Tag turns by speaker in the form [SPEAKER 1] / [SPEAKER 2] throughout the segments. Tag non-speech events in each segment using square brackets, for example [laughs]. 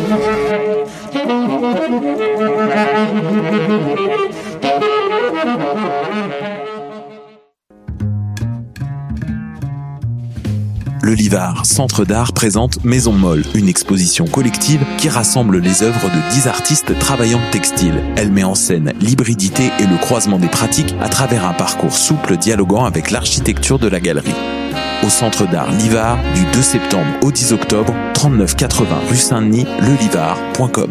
[SPEAKER 1] Euh,
[SPEAKER 2] Le Livard, Centre d'art, présente Maison Molle, une exposition collective qui rassemble les œuvres de 10 artistes travaillant de textile. Elle met en scène l'hybridité et le croisement des pratiques à travers un parcours souple dialoguant avec l'architecture de la galerie. Au Centre d'art Livard, du 2 septembre au 10 octobre, 3980 rue Saint-Denis, lelivard.com.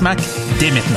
[SPEAKER 3] SMAC dès maintenant.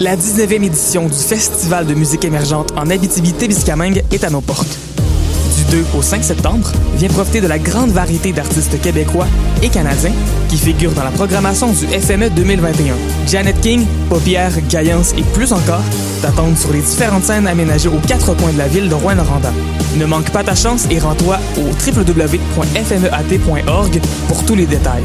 [SPEAKER 4] La 19e édition du Festival de musique émergente en Abitibi-Témiscamingue est à nos portes. Du 2 au 5 septembre, viens profiter de la grande variété d'artistes québécois et canadiens qui figurent dans la programmation du E FME 2021. Janet King, Paupière, Gaillance et plus encore t'attendent sur les différentes scènes aménagées aux quatre coins de la ville de Rouen-Noranda. Ne manque pas ta chance et rends-toi au e www.fmeat.org pour tous les détails.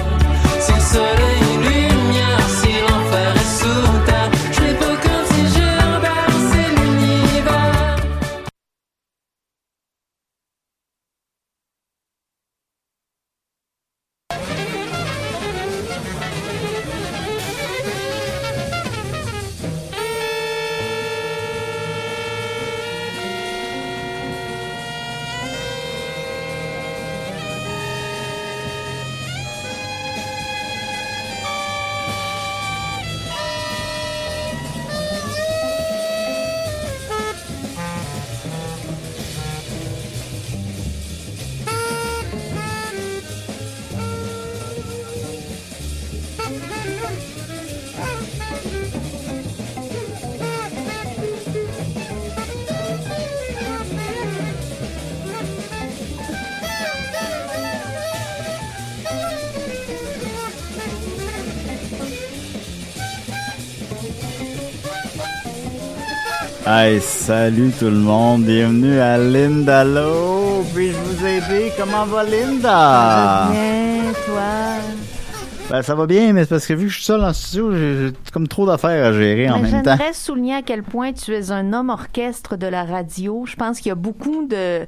[SPEAKER 5] Hey, salut tout le monde, bienvenue à Lindalo. Puis-je vous aider? Comment va Linda?
[SPEAKER 6] Bien, Eh, toi.
[SPEAKER 5] Ah! Ben, ça va bien, mais c'est parce que vu que je suis seul en studio, j'ai j'ai comme trop d'affaires à gérer en
[SPEAKER 6] Mais
[SPEAKER 5] même temps.
[SPEAKER 6] Ben, J'aimerais souligner à quel point tu es un homme orchestre de la radio. Je pense qu'il y a beaucoup de.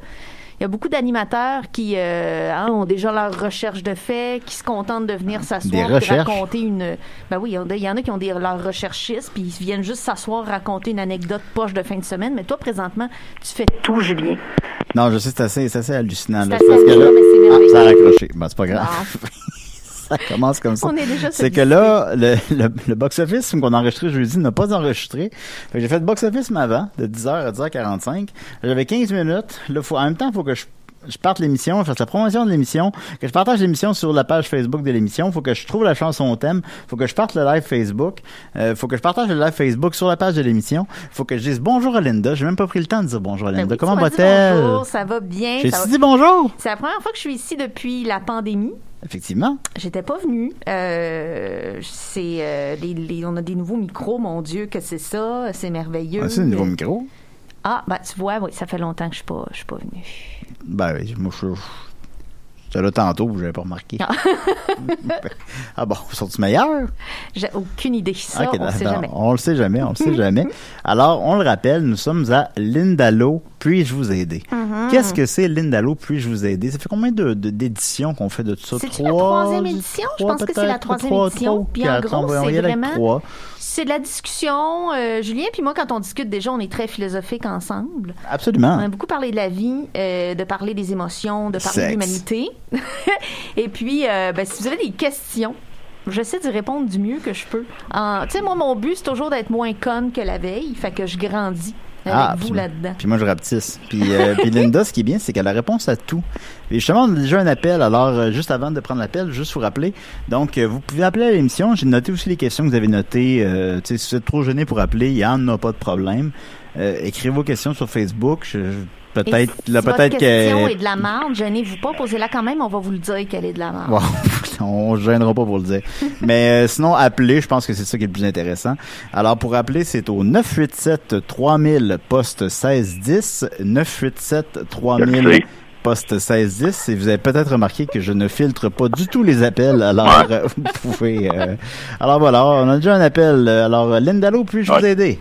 [SPEAKER 6] Il y a beaucoup d'animateurs qui euh, hein, ont déjà leur recherche de faits, qui se contentent de venir s'asseoir
[SPEAKER 5] Des
[SPEAKER 6] et
[SPEAKER 5] recherches.
[SPEAKER 6] raconter une. Ben oui, il y en a- il y en a qui ont des, leurs recherchistes, puis ils viennent juste s'asseoir, raconter une anecdote poche de fin de semaine. Mais toi, présentement, tu fais tout, Julien.
[SPEAKER 5] Non, je sais, c'est assez, c'est assez hallucinant.
[SPEAKER 6] C'est
[SPEAKER 5] là.
[SPEAKER 6] assez
[SPEAKER 5] parce que là-
[SPEAKER 6] hallucinant, mais c'est
[SPEAKER 5] Ah, ça a
[SPEAKER 6] merveilleux.
[SPEAKER 5] raccroché. Ben, c'est pas grave. [laughs] ça commence comme ça.
[SPEAKER 6] On est déjà
[SPEAKER 5] C'est que là, le, le, le box-office qu'on a enregistré jeudi n'a pas enregistré. Fait que j'ai fait le box-office avant, de 10h à 10h45. J'avais 15 minutes. Là, faut, en même temps, il faut que je, je parte l'émission, je fasse la promotion de l'émission, que je partage l'émission sur la page Facebook de l'émission. faut que je trouve la chanson au thème. faut que je parte le live Facebook. Euh, faut que je partage le live Facebook sur la page de l'émission. faut que je dise bonjour à Linda. J'ai même pas pris le temps de dire bonjour à
[SPEAKER 6] Ben
[SPEAKER 5] Linda.
[SPEAKER 6] oui, tu
[SPEAKER 5] Comment
[SPEAKER 6] m'as dit
[SPEAKER 5] va-t-elle?
[SPEAKER 6] bonjour, Ça va bien.
[SPEAKER 5] J'ai
[SPEAKER 6] ça va-
[SPEAKER 5] dit bonjour.
[SPEAKER 6] C'est la première fois que je suis ici depuis la pandémie.
[SPEAKER 5] Effectivement.
[SPEAKER 6] J'étais pas venue. Euh, c'est euh, les, les- on a des nouveaux micros, mon Dieu, que c'est ça, c'est merveilleux.
[SPEAKER 5] Ah, c'est le nouveau micro.
[SPEAKER 6] Ah, ben tu vois, oui, ça fait longtemps que je suis pas, je suis pas venue.
[SPEAKER 5] Ben oui, moi je suis. J'étais là tantôt, je n'avais pas remarqué.
[SPEAKER 6] Ah.
[SPEAKER 5] [laughs] ah bon, sont-ils meilleurs?
[SPEAKER 6] J'ai aucune idée. Ça,
[SPEAKER 5] Ok,
[SPEAKER 6] on sait
[SPEAKER 5] d'accord.
[SPEAKER 6] jamais.
[SPEAKER 5] On le sait jamais, on le sait
[SPEAKER 6] [laughs]
[SPEAKER 5] jamais. Alors, on le rappelle, nous sommes à Lindalo, puis-je vous aider?
[SPEAKER 6] Mm-hmm.
[SPEAKER 5] Qu'est-ce que c'est Lindalo, puis-je vous aider? Ça fait combien de- de- d'éditions qu'on fait de ça?
[SPEAKER 6] C'est-tu la
[SPEAKER 5] Trois-
[SPEAKER 6] troisième édition? Je
[SPEAKER 5] trois
[SPEAKER 6] pense que c'est la
[SPEAKER 5] peut-être,
[SPEAKER 6] troisième
[SPEAKER 5] trois,
[SPEAKER 6] édition.
[SPEAKER 5] trois,
[SPEAKER 6] Puis en
[SPEAKER 5] quatre.
[SPEAKER 6] gros,
[SPEAKER 5] On va- on va y
[SPEAKER 6] c'est
[SPEAKER 5] aller avec
[SPEAKER 6] vraiment-
[SPEAKER 5] trois.
[SPEAKER 6] C'est de la discussion. euh, Julien puis moi, quand on discute, déjà, on est très philosophique ensemble.
[SPEAKER 5] Absolument.
[SPEAKER 6] On a beaucoup parlé de la vie, euh, de parler des émotions, de parler de
[SPEAKER 5] Sexe.
[SPEAKER 6] l'humanité. [laughs] Et puis, euh, ben, si vous avez des questions, j'essaie d'y répondre du mieux que je peux. En- Tu sais, moi, mon but, c'est toujours d'être moins conne que la veille. Fait que je grandis avec
[SPEAKER 5] Ah,
[SPEAKER 6] vous
[SPEAKER 5] absolument.
[SPEAKER 6] là-dedans.
[SPEAKER 5] Puis moi, je rapetisse. Puis,
[SPEAKER 6] [laughs]
[SPEAKER 5] euh, puis Linda, ce qui est bien, c'est qu'elle a la réponse à tout. Et justement, on a déjà un appel. Alors, euh, juste avant de prendre l'appel, juste vous rappeler. Donc, euh, vous pouvez appeler à l'émission. J'ai noté aussi les questions que vous avez notées. Euh, tu sais, si vous êtes trop gêné pour appeler, il y en a pas de problème. Euh, écrivez vos questions sur Facebook. Je- je-
[SPEAKER 6] Et
[SPEAKER 5] peut-être,
[SPEAKER 6] si
[SPEAKER 5] là,
[SPEAKER 6] votre
[SPEAKER 5] peut-être
[SPEAKER 6] question
[SPEAKER 5] que...
[SPEAKER 6] est de la merde, gênez-vous pas, posez-la quand même, on va vous le dire qu'elle est de la merde.
[SPEAKER 5] Bon, Ah. [laughs] on se gênera pas pour le dire. Mais euh, sinon, appeler, je pense que c'est ça qui est le plus intéressant. Alors, pour appeler, c'est au 987-3000 poste 1610. 987-3000 poste 1610. Et vous avez peut-être remarqué que je ne filtre pas du tout les appels. Alors, euh, [laughs] vous pouvez... euh, Alors voilà, on a déjà un appel. Alors, Lindalo, puis-je vous aider?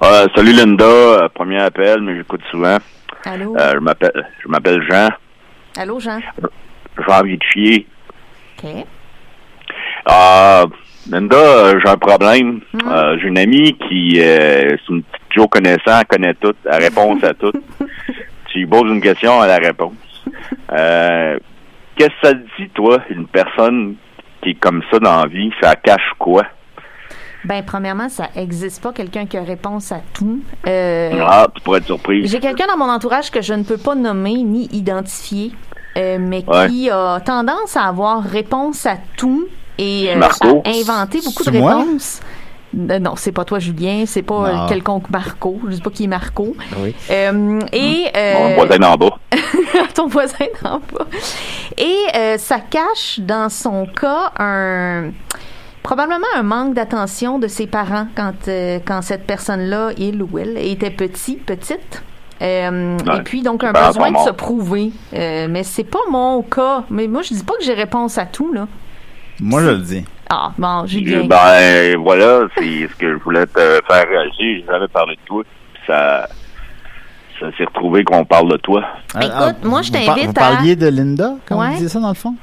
[SPEAKER 7] Ah, salut Linda, Euh, premier appel, mais j'écoute souvent.
[SPEAKER 6] Allô?
[SPEAKER 7] Euh, je m'appelle je m'appelle Jean,
[SPEAKER 6] Allô, Jean?
[SPEAKER 7] j'ai envie de chier.
[SPEAKER 6] OK.
[SPEAKER 7] Ah, Linda, euh, j'ai un problème. Euh, j'ai une amie qui, euh, c'est une petite Joe connaissant, elle connaît tout, elle répond à tout. tu lui poses une question, elle a la réponse. Euh, Qu'est-ce que ça te dit, toi, une personne qui est comme ça dans la vie, ça cache quoi?
[SPEAKER 6] Ben, premièrement, ça existe pas quelqu'un qui a réponse à tout. Euh,
[SPEAKER 7] Ah, tu pourrais être surprise.
[SPEAKER 6] J'ai quelqu'un dans mon entourage que je ne peux pas nommer ni identifier, euh, mais
[SPEAKER 7] Ouais.
[SPEAKER 6] qui a tendance à avoir réponse à tout et euh,
[SPEAKER 7] Marco?
[SPEAKER 6] à inventer beaucoup de
[SPEAKER 5] C'est moi?
[SPEAKER 6] réponses. Euh, Non, c'est pas toi, Julien. C'est pas
[SPEAKER 5] Non.
[SPEAKER 6] euh, quelconque Marco. Je sais pas qui est Marco.
[SPEAKER 5] Oui.
[SPEAKER 6] Euh, et
[SPEAKER 7] Mon
[SPEAKER 6] euh,
[SPEAKER 7] voisin d'en bas.
[SPEAKER 6] [laughs] ton voisin d'en bas. Et euh, ça cache dans son cas un probablement un manque d'attention de ses parents quand euh, quand cette personne-là, il ou elle, était petit, petite. Euh,
[SPEAKER 7] Ouais.
[SPEAKER 6] Et puis donc un
[SPEAKER 7] Les parents
[SPEAKER 6] besoin
[SPEAKER 7] sont
[SPEAKER 6] de se
[SPEAKER 7] morts.
[SPEAKER 6] prouver, Euh, mais c'est pas mon cas. Mais moi je dis pas que j'ai réponse à tout là.
[SPEAKER 5] Moi, je le dis.
[SPEAKER 6] Ah bon, Julien.
[SPEAKER 7] Ben voilà, c'est ce que je voulais te faire réagir. J'avais parlé de toi. puis Ça, ça s'est retrouvé qu'on parle de toi.
[SPEAKER 6] Écoute, moi, je
[SPEAKER 5] vous Ah, par-
[SPEAKER 6] t'invite
[SPEAKER 5] Vous
[SPEAKER 6] à-
[SPEAKER 5] parliez de Linda, quand
[SPEAKER 6] Ouais.
[SPEAKER 5] vous disiez ça, dans le fond?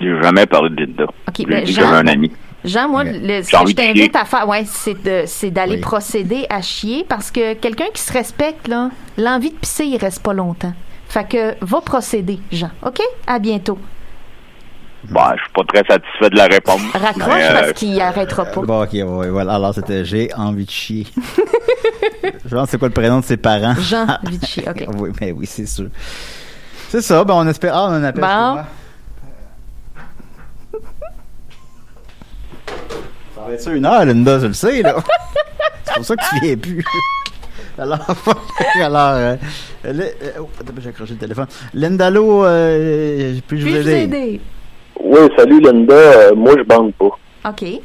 [SPEAKER 7] J'ai jamais parlé de Linda.
[SPEAKER 6] Ok,
[SPEAKER 7] J'ai
[SPEAKER 6] ben,
[SPEAKER 7] dit que
[SPEAKER 6] Jean-
[SPEAKER 7] j'avais un ami.
[SPEAKER 6] Jean, moi,
[SPEAKER 5] Ouais.
[SPEAKER 6] le- ce
[SPEAKER 7] J'ai
[SPEAKER 6] que
[SPEAKER 7] envie
[SPEAKER 6] je
[SPEAKER 7] de chier.
[SPEAKER 6] t'invite à faire, ouais, c'est de- c'est d'aller
[SPEAKER 5] Oui.
[SPEAKER 6] procéder à chier parce que quelqu'un qui se respecte, là, l'envie de pisser, il reste pas longtemps. Fait que va procéder, Jean. OK? À bientôt.
[SPEAKER 7] Ben, je suis pas très satisfait de la réponse.
[SPEAKER 6] Raccroche
[SPEAKER 7] mais, euh,
[SPEAKER 6] parce qu'il arrêtera pas.
[SPEAKER 5] Bon, ok, ouais, voilà. Alors, c'était J'ai envie
[SPEAKER 6] [laughs]
[SPEAKER 5] de chier. Je pense que c'est quoi le prénom de ses parents?
[SPEAKER 6] Jean, vite chier. OK.
[SPEAKER 5] [laughs] Oui, mais oui, c'est sûr. C'est ça, ben on espère. Ah, on en appelle.
[SPEAKER 6] Bon.
[SPEAKER 5] excuse-moi. Ça va être ça une heure, Linda, je le
[SPEAKER 6] [laughs]
[SPEAKER 5] sais, là. c'est pour ça que tu viens plus. Alors, [laughs] alors euh, le- euh, oh, attends, j'ai accroché le téléphone. Lindalo, euh, puis-je
[SPEAKER 6] Puis-je
[SPEAKER 5] vous
[SPEAKER 6] vous
[SPEAKER 5] aider?
[SPEAKER 6] aider?
[SPEAKER 1] Oui, salut Linda. Euh, moi, je bande pas.
[SPEAKER 6] OK.
[SPEAKER 1] Euh,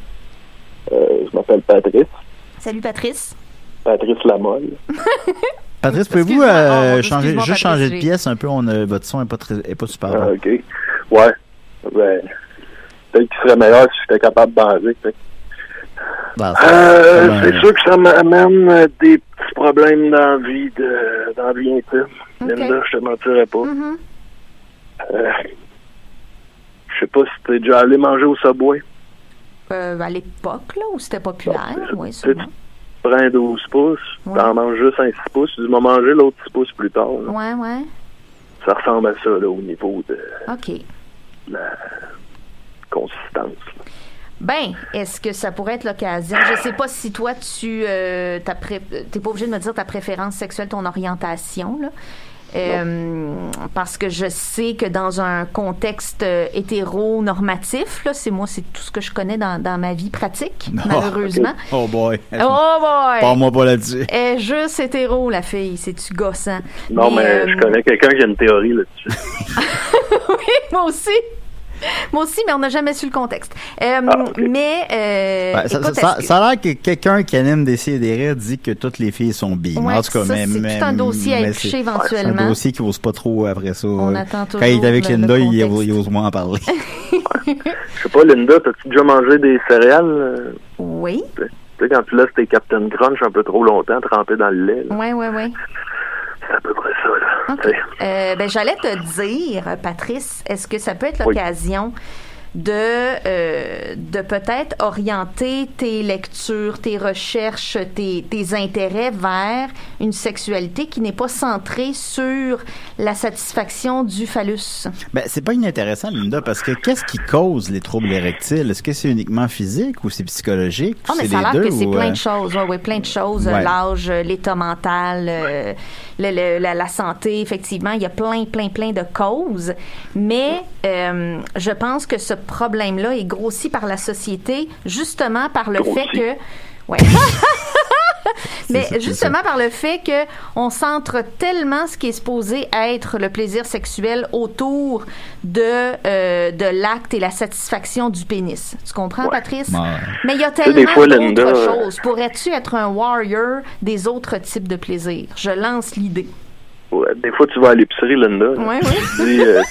[SPEAKER 1] je m'appelle Patrice.
[SPEAKER 6] Salut, Patrice. [laughs]
[SPEAKER 1] Patrice Lamolle.
[SPEAKER 5] Patrice, pouvez-vous
[SPEAKER 6] Excuse-moi,
[SPEAKER 5] euh,
[SPEAKER 6] oh,
[SPEAKER 5] changer,
[SPEAKER 6] excuse-moi,
[SPEAKER 5] juste
[SPEAKER 6] Patrice,
[SPEAKER 5] changer de
[SPEAKER 6] j'ai-
[SPEAKER 5] pièce un peu? On a, votre son n'est pas, très- est pas super bon. [laughs]
[SPEAKER 1] Ah, OK. Ouais. Ben, peut-être qu'il serait meilleur si j'étais capable de bander. tu sais.
[SPEAKER 5] Bah,
[SPEAKER 1] Euh,
[SPEAKER 5] Ah ben,
[SPEAKER 1] c'est
[SPEAKER 5] euh.
[SPEAKER 1] sûr que ça m'amène euh, des petits problèmes dans la vie, de, dans la vie intime.
[SPEAKER 6] OK.
[SPEAKER 1] Linda, je te mentirais pas.
[SPEAKER 6] Mhm.
[SPEAKER 1] Euh, je sais pas si t'es déjà allé manger au Subway.
[SPEAKER 6] Euh, à l'époque, là, où c'était populaire, oui,
[SPEAKER 1] Tu sais,
[SPEAKER 6] sûrement.
[SPEAKER 1] tu prends un 12 pouces,
[SPEAKER 6] Ouais.
[SPEAKER 1] t'en manges juste un 6 pouces, tu dis m'en manger l'autre 6 pouces plus tard. là.
[SPEAKER 6] Ouais, ouais.
[SPEAKER 1] Ça ressemble à ça, là, au niveau de
[SPEAKER 6] OK.
[SPEAKER 1] consistance. là.
[SPEAKER 6] Ben, est-ce que ça pourrait être l'occasion? Je sais pas si toi, tu euh, ta pré- euh, t'es pas obligé de me dire ta préférence sexuelle, ton orientation, là. Euh, parce que je sais que dans un contexte euh, hétéronormatif, là, c'est moi, c'est tout ce que je connais dans, dans ma vie pratique,
[SPEAKER 5] Non,
[SPEAKER 6] [laughs] malheureusement.
[SPEAKER 5] Oh boy.
[SPEAKER 6] Ah, [laughs] Oh boy!
[SPEAKER 5] Parle-moi pas là-dessus.
[SPEAKER 6] Elle est juste hétéro, la fille, c'est-tu gossant?
[SPEAKER 1] Non, mais
[SPEAKER 6] euh, [laughs]
[SPEAKER 1] je connais quelqu'un qui a une théorie là-dessus.
[SPEAKER 6] moi aussi! Moi aussi, mais on n'a jamais su le contexte. Euh,
[SPEAKER 1] Ah, ok.
[SPEAKER 6] Mais. euh,
[SPEAKER 5] Ben, ça,
[SPEAKER 6] écoute,
[SPEAKER 5] ça-
[SPEAKER 6] est-ce que-
[SPEAKER 5] ça a l'air que quelqu'un qui anime des CDR dit que toutes les filles sont bi. Mais
[SPEAKER 6] Ouais,
[SPEAKER 5] en tout cas,
[SPEAKER 6] ça,
[SPEAKER 5] mais-
[SPEAKER 6] c'est
[SPEAKER 5] mais-
[SPEAKER 6] tout un dossier à
[SPEAKER 5] mais
[SPEAKER 6] éplucher
[SPEAKER 5] c'est-
[SPEAKER 6] éventuellement.
[SPEAKER 5] C'est un dossier qui n'ose pas trop après ça.
[SPEAKER 6] On
[SPEAKER 5] Euh,
[SPEAKER 6] attend toujours
[SPEAKER 5] Quand il est avec
[SPEAKER 6] le- le
[SPEAKER 5] Linda, il,
[SPEAKER 6] contexte.
[SPEAKER 5] il ose moins
[SPEAKER 6] [laughs]
[SPEAKER 5] en parler.
[SPEAKER 1] Je sais pas, Linda, t'as-tu déjà mangé des céréales? euh,
[SPEAKER 6] Oui,
[SPEAKER 1] Tu sais, quand tu laisses tes Captain Crunch un peu trop longtemps trempés dans le lait, là,
[SPEAKER 6] oui, oui, oui.
[SPEAKER 1] c'est à peu près ça, là.
[SPEAKER 6] OK.
[SPEAKER 1] Tu sais,
[SPEAKER 6] Euh, ben, J'allais te dire, Patrice, est-ce que ça peut être
[SPEAKER 1] Oui.
[SPEAKER 6] l'occasion de, euh, de peut-être orienter tes lectures, tes recherches, tes, tes intérêts vers une sexualité qui n'est pas centrée sur la satisfaction du phallus?
[SPEAKER 5] Ben, c'est pas inintéressant, Linda, parce que qu'est-ce qui cause les troubles érectiles? Est-ce que c'est uniquement physique ou c'est psychologique?
[SPEAKER 6] Ah,
[SPEAKER 5] ou
[SPEAKER 6] mais
[SPEAKER 5] c'est
[SPEAKER 6] ça a
[SPEAKER 5] les
[SPEAKER 6] l'air
[SPEAKER 5] deux,
[SPEAKER 6] que c'est
[SPEAKER 5] ou,
[SPEAKER 6] plein
[SPEAKER 5] euh,
[SPEAKER 6] de choses. Oui, oui, plein de choses.
[SPEAKER 5] Ouais.
[SPEAKER 6] L'âge, euh, l'état mental, euh, le- le- la, la santé, effectivement. Il y a plein, plein, plein de causes. Mais euh, je pense que ce problème-là est grossi par la société, justement par le
[SPEAKER 1] Grossi.
[SPEAKER 6] fait que.
[SPEAKER 5] [laughs]
[SPEAKER 6] Ouais. Mais
[SPEAKER 5] ça, c'est
[SPEAKER 6] justement par le fait que on centre tellement ce qui est supposé être le plaisir sexuel autour de, euh, de l'acte et la satisfaction du pénis. Tu comprends, Patrice?
[SPEAKER 5] Ouais.
[SPEAKER 6] Mais il y a
[SPEAKER 1] sais, des
[SPEAKER 6] tellement
[SPEAKER 1] fois, Linda,
[SPEAKER 6] d'autres
[SPEAKER 1] euh,
[SPEAKER 6] choses. Pourrais-tu être un warrior des autres types de plaisirs? Je lance l'idée.
[SPEAKER 1] ouais, des fois, tu vas à l'épicerie, Linda. là,
[SPEAKER 6] Ouais,
[SPEAKER 1] tu
[SPEAKER 6] ouais.
[SPEAKER 1] te dis, euh,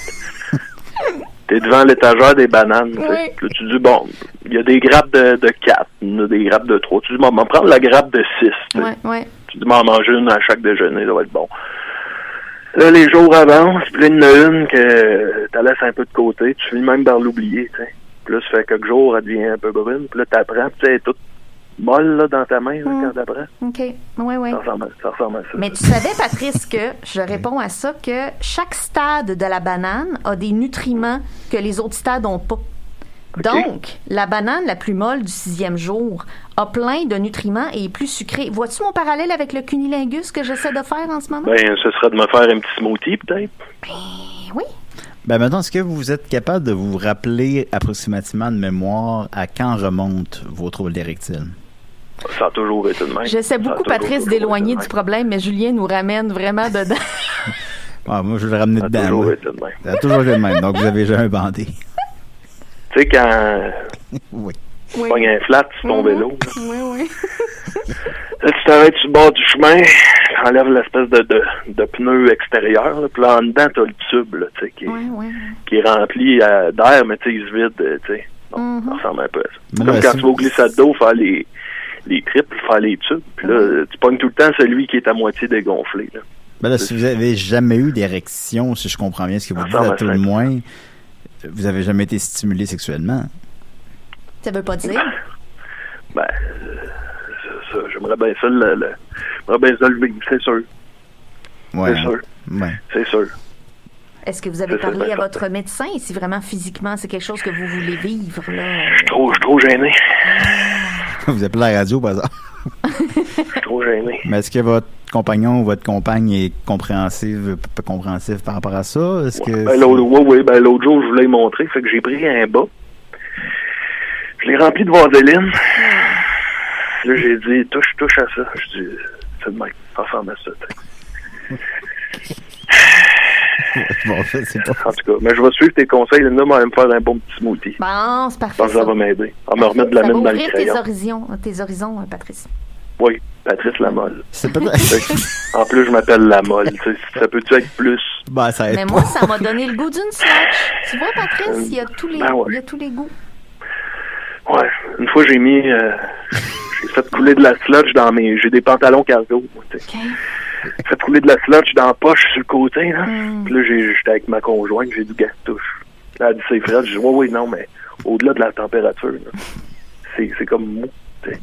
[SPEAKER 1] T'es devant l'étagère des bananes. tu sais.
[SPEAKER 6] Ouais.
[SPEAKER 1] Puis Là, tu dis, bon, il y a des grappes de, de 4, des grappes de 3. Tu dis, bon, on va prendre la grappe de 6. [laughs]
[SPEAKER 6] Ouais, ouais.
[SPEAKER 1] Tu dis, m'en manger une à chaque déjeuner, ça va être bon. Là, les jours avancent, puis là, il y en a une que tu laisses un peu de côté, tu finis même par l'oublier, tu sais. Puis là, ça fait quelques jours, elle devient un peu brune, puis là, t'apprends, puis tu sais, elle est toute molle, là, dans ta main, là,
[SPEAKER 6] Mm.
[SPEAKER 1] quand t'apprends.
[SPEAKER 6] OK. Ouais, ouais.
[SPEAKER 1] Ça ressemble, à- ça ressemble à ça.
[SPEAKER 6] Mais tu savais, Patrice, que je réponds à ça, que chaque stade de la banane a des nutriments que les autres stades n'ont pas. Donc, la banane la plus molle du sixième jour a plein de nutriments et est plus sucrée. Vois-tu mon parallèle avec le cunilingus que j'essaie de faire en ce moment?
[SPEAKER 1] Ben, ce serait de me faire un petit smoothie, peut-être.
[SPEAKER 6] Oui.
[SPEAKER 5] Ben maintenant, est-ce que vous êtes capable de vous rappeler approximativement de mémoire à quand remontent vos troubles érectiles?
[SPEAKER 1] Ça a toujours été de même. Ça
[SPEAKER 6] J'essaie
[SPEAKER 1] a
[SPEAKER 6] beaucoup,
[SPEAKER 1] toujours,
[SPEAKER 6] Patrice,
[SPEAKER 1] toujours
[SPEAKER 6] d'éloigner
[SPEAKER 1] été
[SPEAKER 6] du
[SPEAKER 1] de
[SPEAKER 6] problème, mais Julien nous ramène vraiment dedans.
[SPEAKER 1] [laughs]
[SPEAKER 5] Ah, moi, je vais le ramener
[SPEAKER 1] même. Ça a
[SPEAKER 5] dedans.
[SPEAKER 1] toujours
[SPEAKER 5] moi.
[SPEAKER 1] été de même.
[SPEAKER 5] Ça a toujours été le même, donc
[SPEAKER 1] [laughs]
[SPEAKER 5] vous avez jamais bandé.
[SPEAKER 1] Tu sais, quand
[SPEAKER 5] [laughs] Oui.
[SPEAKER 1] tu pognes un flat sur ton
[SPEAKER 6] Mhm.
[SPEAKER 1] vélo, là,
[SPEAKER 6] Oui, oui.
[SPEAKER 1] [laughs] Là, tu t'arrêtes sur le bord du chemin, t'enlèves l'espèce de, de, de pneu extérieur, là, puis là, en dedans, t'as le tube, là, tu sais, qui, est-
[SPEAKER 6] Oui, oui.
[SPEAKER 1] qui est rempli euh, d'air, mais tu sais, il se vide, euh, tu sais. Bon,
[SPEAKER 6] Mhm.
[SPEAKER 1] Ça ressemble un peu à ça.
[SPEAKER 5] Mais
[SPEAKER 1] Comme
[SPEAKER 5] là,
[SPEAKER 1] quand
[SPEAKER 5] si-
[SPEAKER 1] tu vas au glissade d'eau faire les, les triples, faire les tubes, puis là,
[SPEAKER 6] Mhm.
[SPEAKER 1] tu pognes tout le temps celui qui est à moitié dégonflé, là.
[SPEAKER 5] Ben là, si vous avez jamais eu d'érection, si je comprends bien ce que vous
[SPEAKER 1] Ah,
[SPEAKER 5] dites,
[SPEAKER 1] ça,
[SPEAKER 5] à
[SPEAKER 1] ben,
[SPEAKER 5] tout le
[SPEAKER 1] c'est-
[SPEAKER 5] moins, vous avez jamais été stimulé sexuellement.
[SPEAKER 6] Ça veut pas dire.
[SPEAKER 1] Ben, euh, ça, ça, j'aimerais bien ça le, le- j'aimerais bien ça le vivre, c'est sûr,
[SPEAKER 5] Ouais.
[SPEAKER 1] c'est sûr,
[SPEAKER 5] Ouais.
[SPEAKER 1] c'est sûr.
[SPEAKER 6] Est-ce que vous avez
[SPEAKER 1] C'est ça,
[SPEAKER 6] parlé à
[SPEAKER 1] d'accord.
[SPEAKER 6] votre médecin et si vraiment physiquement c'est quelque chose que vous voulez vivre? Là?
[SPEAKER 1] Je suis trop, je suis trop gêné,
[SPEAKER 5] [laughs]
[SPEAKER 1] [laughs]
[SPEAKER 5] Vous appelez la radio, par exemple.
[SPEAKER 1] je suis trop gêné.
[SPEAKER 5] Mais est-ce que votre compagnon ou votre compagne est compréhensive, pas compréhensive par rapport à ça? Est-ce que.
[SPEAKER 1] Ben, l'autre, ouais, ouais, ben, l'autre jour, je voulais y montrer. Fait que j'ai pris un bas. Je l'ai rempli de vaseline. Là, j'ai dit, touche, touche à ça. Je dis, c'est de même. Ça ressemble à ça. tu sais.
[SPEAKER 5] [laughs] Bon, ça, c'est pas.
[SPEAKER 1] En tout cas, mais je vais suivre tes conseils. Linda va me faire un bon petit smoothie.
[SPEAKER 6] Bon, c'est
[SPEAKER 1] Je
[SPEAKER 6] parfait.
[SPEAKER 1] pense que ça
[SPEAKER 6] Ça,
[SPEAKER 1] va m'aider. On me remettre de la
[SPEAKER 6] Ça va
[SPEAKER 1] mine dans le
[SPEAKER 6] ouvrir tes
[SPEAKER 1] crayon.
[SPEAKER 6] horizons, tes horizons, hein, Patrice.
[SPEAKER 1] Oui, Patrice Lamolle.
[SPEAKER 5] C'est peut-être.
[SPEAKER 1] En plus, je m'appelle Lamolle. tu sais. Ça peut-tu être plus?
[SPEAKER 5] ben, ça aide
[SPEAKER 6] Mais
[SPEAKER 5] pas.
[SPEAKER 6] moi, ça m'a donné le goût d'une slash. Tu vois, Patrice, il y a tous les,
[SPEAKER 1] Ben ouais.
[SPEAKER 6] il y a tous les goûts.
[SPEAKER 1] Ouais. Une fois, j'ai mis... euh, [laughs] j'ai fait couler de la sludge dans mes... J'ai des pantalons cargo. moi, tu sais.
[SPEAKER 6] OK?
[SPEAKER 1] J'ai fait couler de la sludge dans la poche sur le côté. Là.
[SPEAKER 6] Mm.
[SPEAKER 1] Puis là, j'ai- j'étais avec ma conjointe, j'ai dit, gars, touche. Là, elle dit, c'est frais. J'ai dit, oui, oui, non, mais au-delà de la température, là, c'est c'est comme mou. tu sais.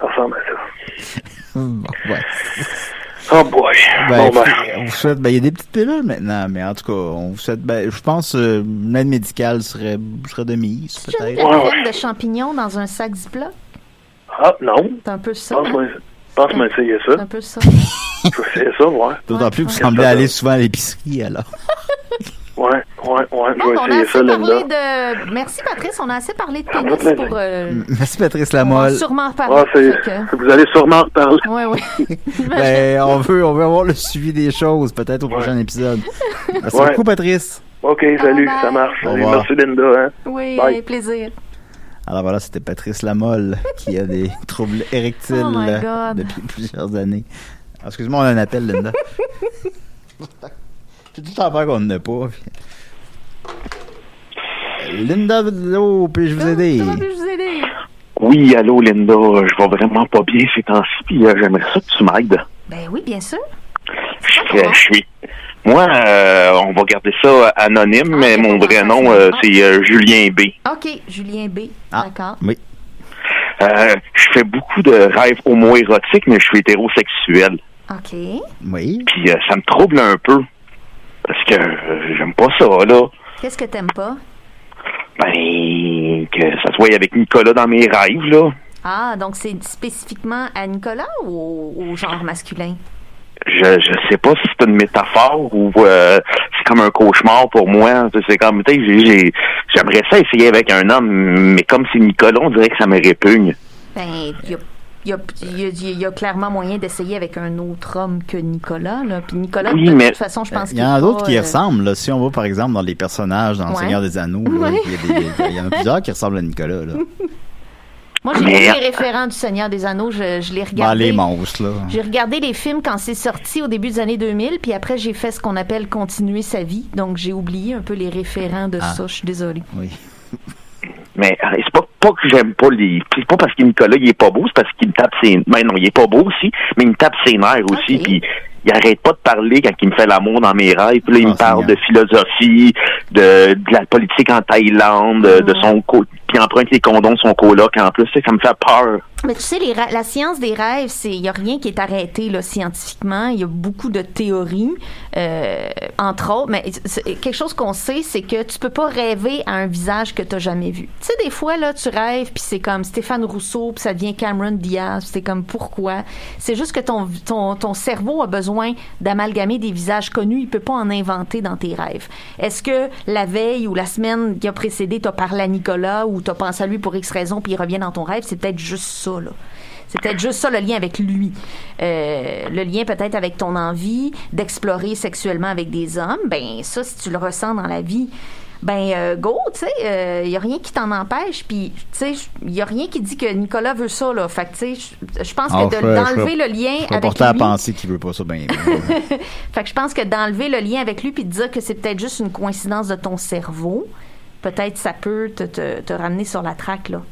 [SPEAKER 1] Ça ressemble à ça.
[SPEAKER 5] [laughs] Bon, ouais.
[SPEAKER 1] Oh boy.
[SPEAKER 5] Ben,
[SPEAKER 1] bon, ben,
[SPEAKER 5] on vous souhaite, ben, il y a des petites pilules maintenant, mais en tout cas, on vous souhaite, ben, je pense, euh, une aide médicale serait, serait de mise,
[SPEAKER 6] Tu as une
[SPEAKER 5] peut-être.
[SPEAKER 1] Ouais, ouais. Hein?
[SPEAKER 6] crème de champignons dans un sac Ziploc?
[SPEAKER 1] ah, non.
[SPEAKER 6] C'est un peu ça. hein?
[SPEAKER 1] Pense-moi pense moi essayer ça.
[SPEAKER 6] C'est un peu ça.
[SPEAKER 1] Je vais essayer ça, ouais.
[SPEAKER 5] D'autant plus que vous
[SPEAKER 1] ouais.
[SPEAKER 5] semblez aller souvent à l'épicerie, alors.
[SPEAKER 1] Ouais, ouais, ouais. Je
[SPEAKER 6] Bon,
[SPEAKER 1] vais
[SPEAKER 6] Ah, on a
[SPEAKER 1] essayer ça,
[SPEAKER 6] assez parlé
[SPEAKER 1] Linda.
[SPEAKER 6] de. Merci, Patrice. On a assez parlé de
[SPEAKER 1] Ça me
[SPEAKER 6] pénis
[SPEAKER 1] fait
[SPEAKER 6] pour. euh,
[SPEAKER 5] [laughs] Merci, Patrice
[SPEAKER 6] on va
[SPEAKER 5] Lamolle.
[SPEAKER 6] sûrement
[SPEAKER 1] Ah,
[SPEAKER 6] parler.
[SPEAKER 1] c'est-
[SPEAKER 6] Fait que-
[SPEAKER 1] Vous allez sûrement en reparler.
[SPEAKER 6] Ouais, ouais.
[SPEAKER 1] [laughs]
[SPEAKER 5] Ben, on veut, on veut avoir le suivi des choses, peut-être au prochain épisode. Merci
[SPEAKER 1] Ouais.
[SPEAKER 5] beaucoup, Patrice.
[SPEAKER 1] OK, salut,
[SPEAKER 6] bye.
[SPEAKER 1] ça marche.
[SPEAKER 5] Au
[SPEAKER 1] Salut,
[SPEAKER 5] revoir.
[SPEAKER 1] merci Linda. Hein?
[SPEAKER 6] Oui,
[SPEAKER 1] Bye.
[SPEAKER 6] avec plaisir. [laughs]
[SPEAKER 5] Alors voilà, c'était Patrice Lamolle qui a des troubles érectiles
[SPEAKER 6] Oh my
[SPEAKER 5] euh,
[SPEAKER 6] God.
[SPEAKER 5] depuis plusieurs années. Ah, Excuse-moi, on a un
[SPEAKER 6] [laughs]
[SPEAKER 5] appel, Linda. J'ai tout à peur qu'on n'en ait pas.
[SPEAKER 1] Euh,
[SPEAKER 5] puis- Linda, allô, puis-je vous aider?
[SPEAKER 6] Comment puis-je vous aider?
[SPEAKER 7] Oui, allô, Linda, je vais vraiment pas bien ces temps-ci, puis euh, j'aimerais ça que tu m'aides.
[SPEAKER 6] Ben oui, bien sûr. Ah,
[SPEAKER 7] Je, euh, je suis. Moi, euh, on va garder ça anonyme, mais
[SPEAKER 6] Ah,
[SPEAKER 7] mon
[SPEAKER 6] d'accord,
[SPEAKER 7] vrai
[SPEAKER 6] ça,
[SPEAKER 7] nom,
[SPEAKER 6] ça.
[SPEAKER 7] euh,
[SPEAKER 6] Ah.
[SPEAKER 7] c'est euh, Julien B.
[SPEAKER 6] OK, Julien B.
[SPEAKER 5] Ah.
[SPEAKER 6] D'accord.
[SPEAKER 5] Oui.
[SPEAKER 7] Euh, je fais beaucoup de rêves homo-érotiques, mais je suis hétérosexuel.
[SPEAKER 6] OK.
[SPEAKER 5] Oui.
[SPEAKER 7] Puis euh, ça me trouble un peu. Parce que euh, j'aime pas ça, là.
[SPEAKER 6] Qu'est-ce que t'aimes pas?
[SPEAKER 7] Ben, que ça soit avec Nicolas dans mes rêves, là.
[SPEAKER 6] Ah, donc c'est spécifiquement à Nicolas ou au, au genre masculin?
[SPEAKER 7] Je, je sais pas si c'est une métaphore ou euh, c'est comme un cauchemar pour moi. C'est comme, tu sais, j'ai- j'ai- j'aimerais ça essayer avec un homme, mais comme c'est Nicolas, on dirait que ça me répugne.
[SPEAKER 6] Ben, il y a, y a- y a- y a- y a clairement moyen d'essayer avec un autre homme que Nicolas. Là. Puis Nicolas,
[SPEAKER 7] Oui,
[SPEAKER 6] de
[SPEAKER 7] mais-
[SPEAKER 6] toute façon, je pense
[SPEAKER 5] Il y en a d'autres
[SPEAKER 6] euh,
[SPEAKER 5] qui ressemblent. là. Si on va, par exemple, dans les personnages dans Le
[SPEAKER 6] Ouais.
[SPEAKER 5] Seigneur des Anneaux, là,
[SPEAKER 6] Ouais.
[SPEAKER 5] il y a des- il y en a plusieurs qui ressemblent à Nicolas.
[SPEAKER 6] [laughs]
[SPEAKER 5] Là.
[SPEAKER 6] Moi, j'ai
[SPEAKER 7] Mais-
[SPEAKER 6] vu les référents du Seigneur des Anneaux, je, je les
[SPEAKER 5] Bah,
[SPEAKER 6] regardais.
[SPEAKER 5] les monstres, là.
[SPEAKER 6] J'ai regardé les films quand c'est sorti au début des années 2000, puis après j'ai fait ce qu'on appelle continuer sa vie. Donc j'ai oublié un peu les référents de
[SPEAKER 5] Ah.
[SPEAKER 6] ça. Je suis désolée.
[SPEAKER 5] Oui.
[SPEAKER 7] Mais euh, c'est pas, pas que j'aime pas les. C'est pas parce que Nicolas, il est pas beau, c'est parce qu'il me tape ses. Ben non, il est pas beau aussi, mais il me tape ses nerfs aussi.
[SPEAKER 6] Ok.
[SPEAKER 7] Puis il arrête pas de parler quand il me fait l'amour dans mes rêves. Puis là, il
[SPEAKER 5] Ah,
[SPEAKER 7] me parle
[SPEAKER 5] Seigneur.
[SPEAKER 7] de philosophie, de, de la politique en Thaïlande, de- de
[SPEAKER 6] Ouais.
[SPEAKER 7] son. co- Puis il emprunte les condoms de son coloc. En plus, ça ça me fait peur.
[SPEAKER 6] Mais tu sais, les ra- la science des rêves, c'est il y a rien qui est arrêté là, scientifiquement. Il y a beaucoup de théories, euh, entre autres. Mais c'est- quelque chose qu'on sait, c'est que tu peux pas rêver à un visage que t'as jamais vu. Tu sais, des fois là, tu rêves puis c'est comme Stéphane Rousseau, puis ça devient Cameron Diaz. puis C'est comme pourquoi C'est juste que ton, ton ton cerveau a besoin d'amalgamer des visages connus. Il peut pas en inventer dans tes rêves. Est-ce que la veille ou la semaine qui a précédé, t'as parlé à Nicolas ou t'as pensé à lui pour X raison puis il revient dans ton rêve C'est peut-être juste ça là. C'est peut-être juste ça le lien avec lui. Euh, le lien peut-être avec ton envie d'explorer sexuellement avec des hommes. Ben ça, si tu le ressens dans la vie, ben euh, go, tu sais, il y a rien qui t'en empêche. Puis tu sais, il y a rien qui dit que Nicolas veut ça là. Fait que tu sais, je- je pense
[SPEAKER 5] Ah,
[SPEAKER 6] que de-
[SPEAKER 5] je serais-
[SPEAKER 6] d'enlever
[SPEAKER 5] je
[SPEAKER 6] le lien
[SPEAKER 5] Je vais
[SPEAKER 6] avec
[SPEAKER 5] porter à
[SPEAKER 6] lui.
[SPEAKER 5] penser qu'il veut pas ça bien. bien.
[SPEAKER 6] [laughs] Fait que je pense que d'enlever le lien avec lui puis de dire que c'est peut-être juste une coïncidence de ton cerveau. Peut-être ça peut te, te- te ramener sur la traque là.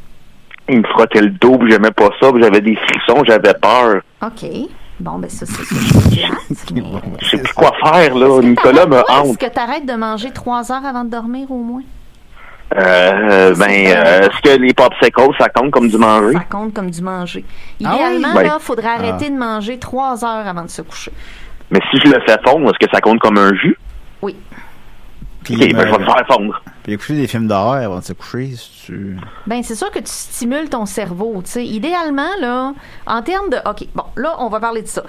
[SPEAKER 7] Il me frottait le dos, puis j'aimais pas ça, puis j'avais des frissons, j'avais peur.
[SPEAKER 6] Ok. Bon ben ça c'est c'est plate, mais-
[SPEAKER 7] Je sais plus quoi faire, là.
[SPEAKER 6] Est-ce que
[SPEAKER 7] Nicolas me
[SPEAKER 6] t'arrêtes- ouais, Est-ce
[SPEAKER 7] hante.
[SPEAKER 6] que tu arrêtes de manger trois heures avant de dormir au moins?
[SPEAKER 7] Euh, ben, euh, est-ce que les popsicles, ça compte comme du manger?
[SPEAKER 6] Ça compte comme du manger.
[SPEAKER 5] Ah ouais?
[SPEAKER 6] Idéalement,
[SPEAKER 7] Ben-
[SPEAKER 6] là, faudrait arrêter de manger trois heures avant de se coucher.
[SPEAKER 7] Mais si je le fais fondre, est-ce que ça compte comme un jus?
[SPEAKER 6] Oui.
[SPEAKER 5] Puis,
[SPEAKER 7] Ok, ben, je vais
[SPEAKER 5] euh,
[SPEAKER 7] le faire fondre.
[SPEAKER 5] puis écouter des films d'horreur avant de se coucher, si tu...
[SPEAKER 6] Ben, c'est sûr que tu stimules ton cerveau, tu sais. Idéalement, là, en termes de... OK, bon, là, on va parler de ça.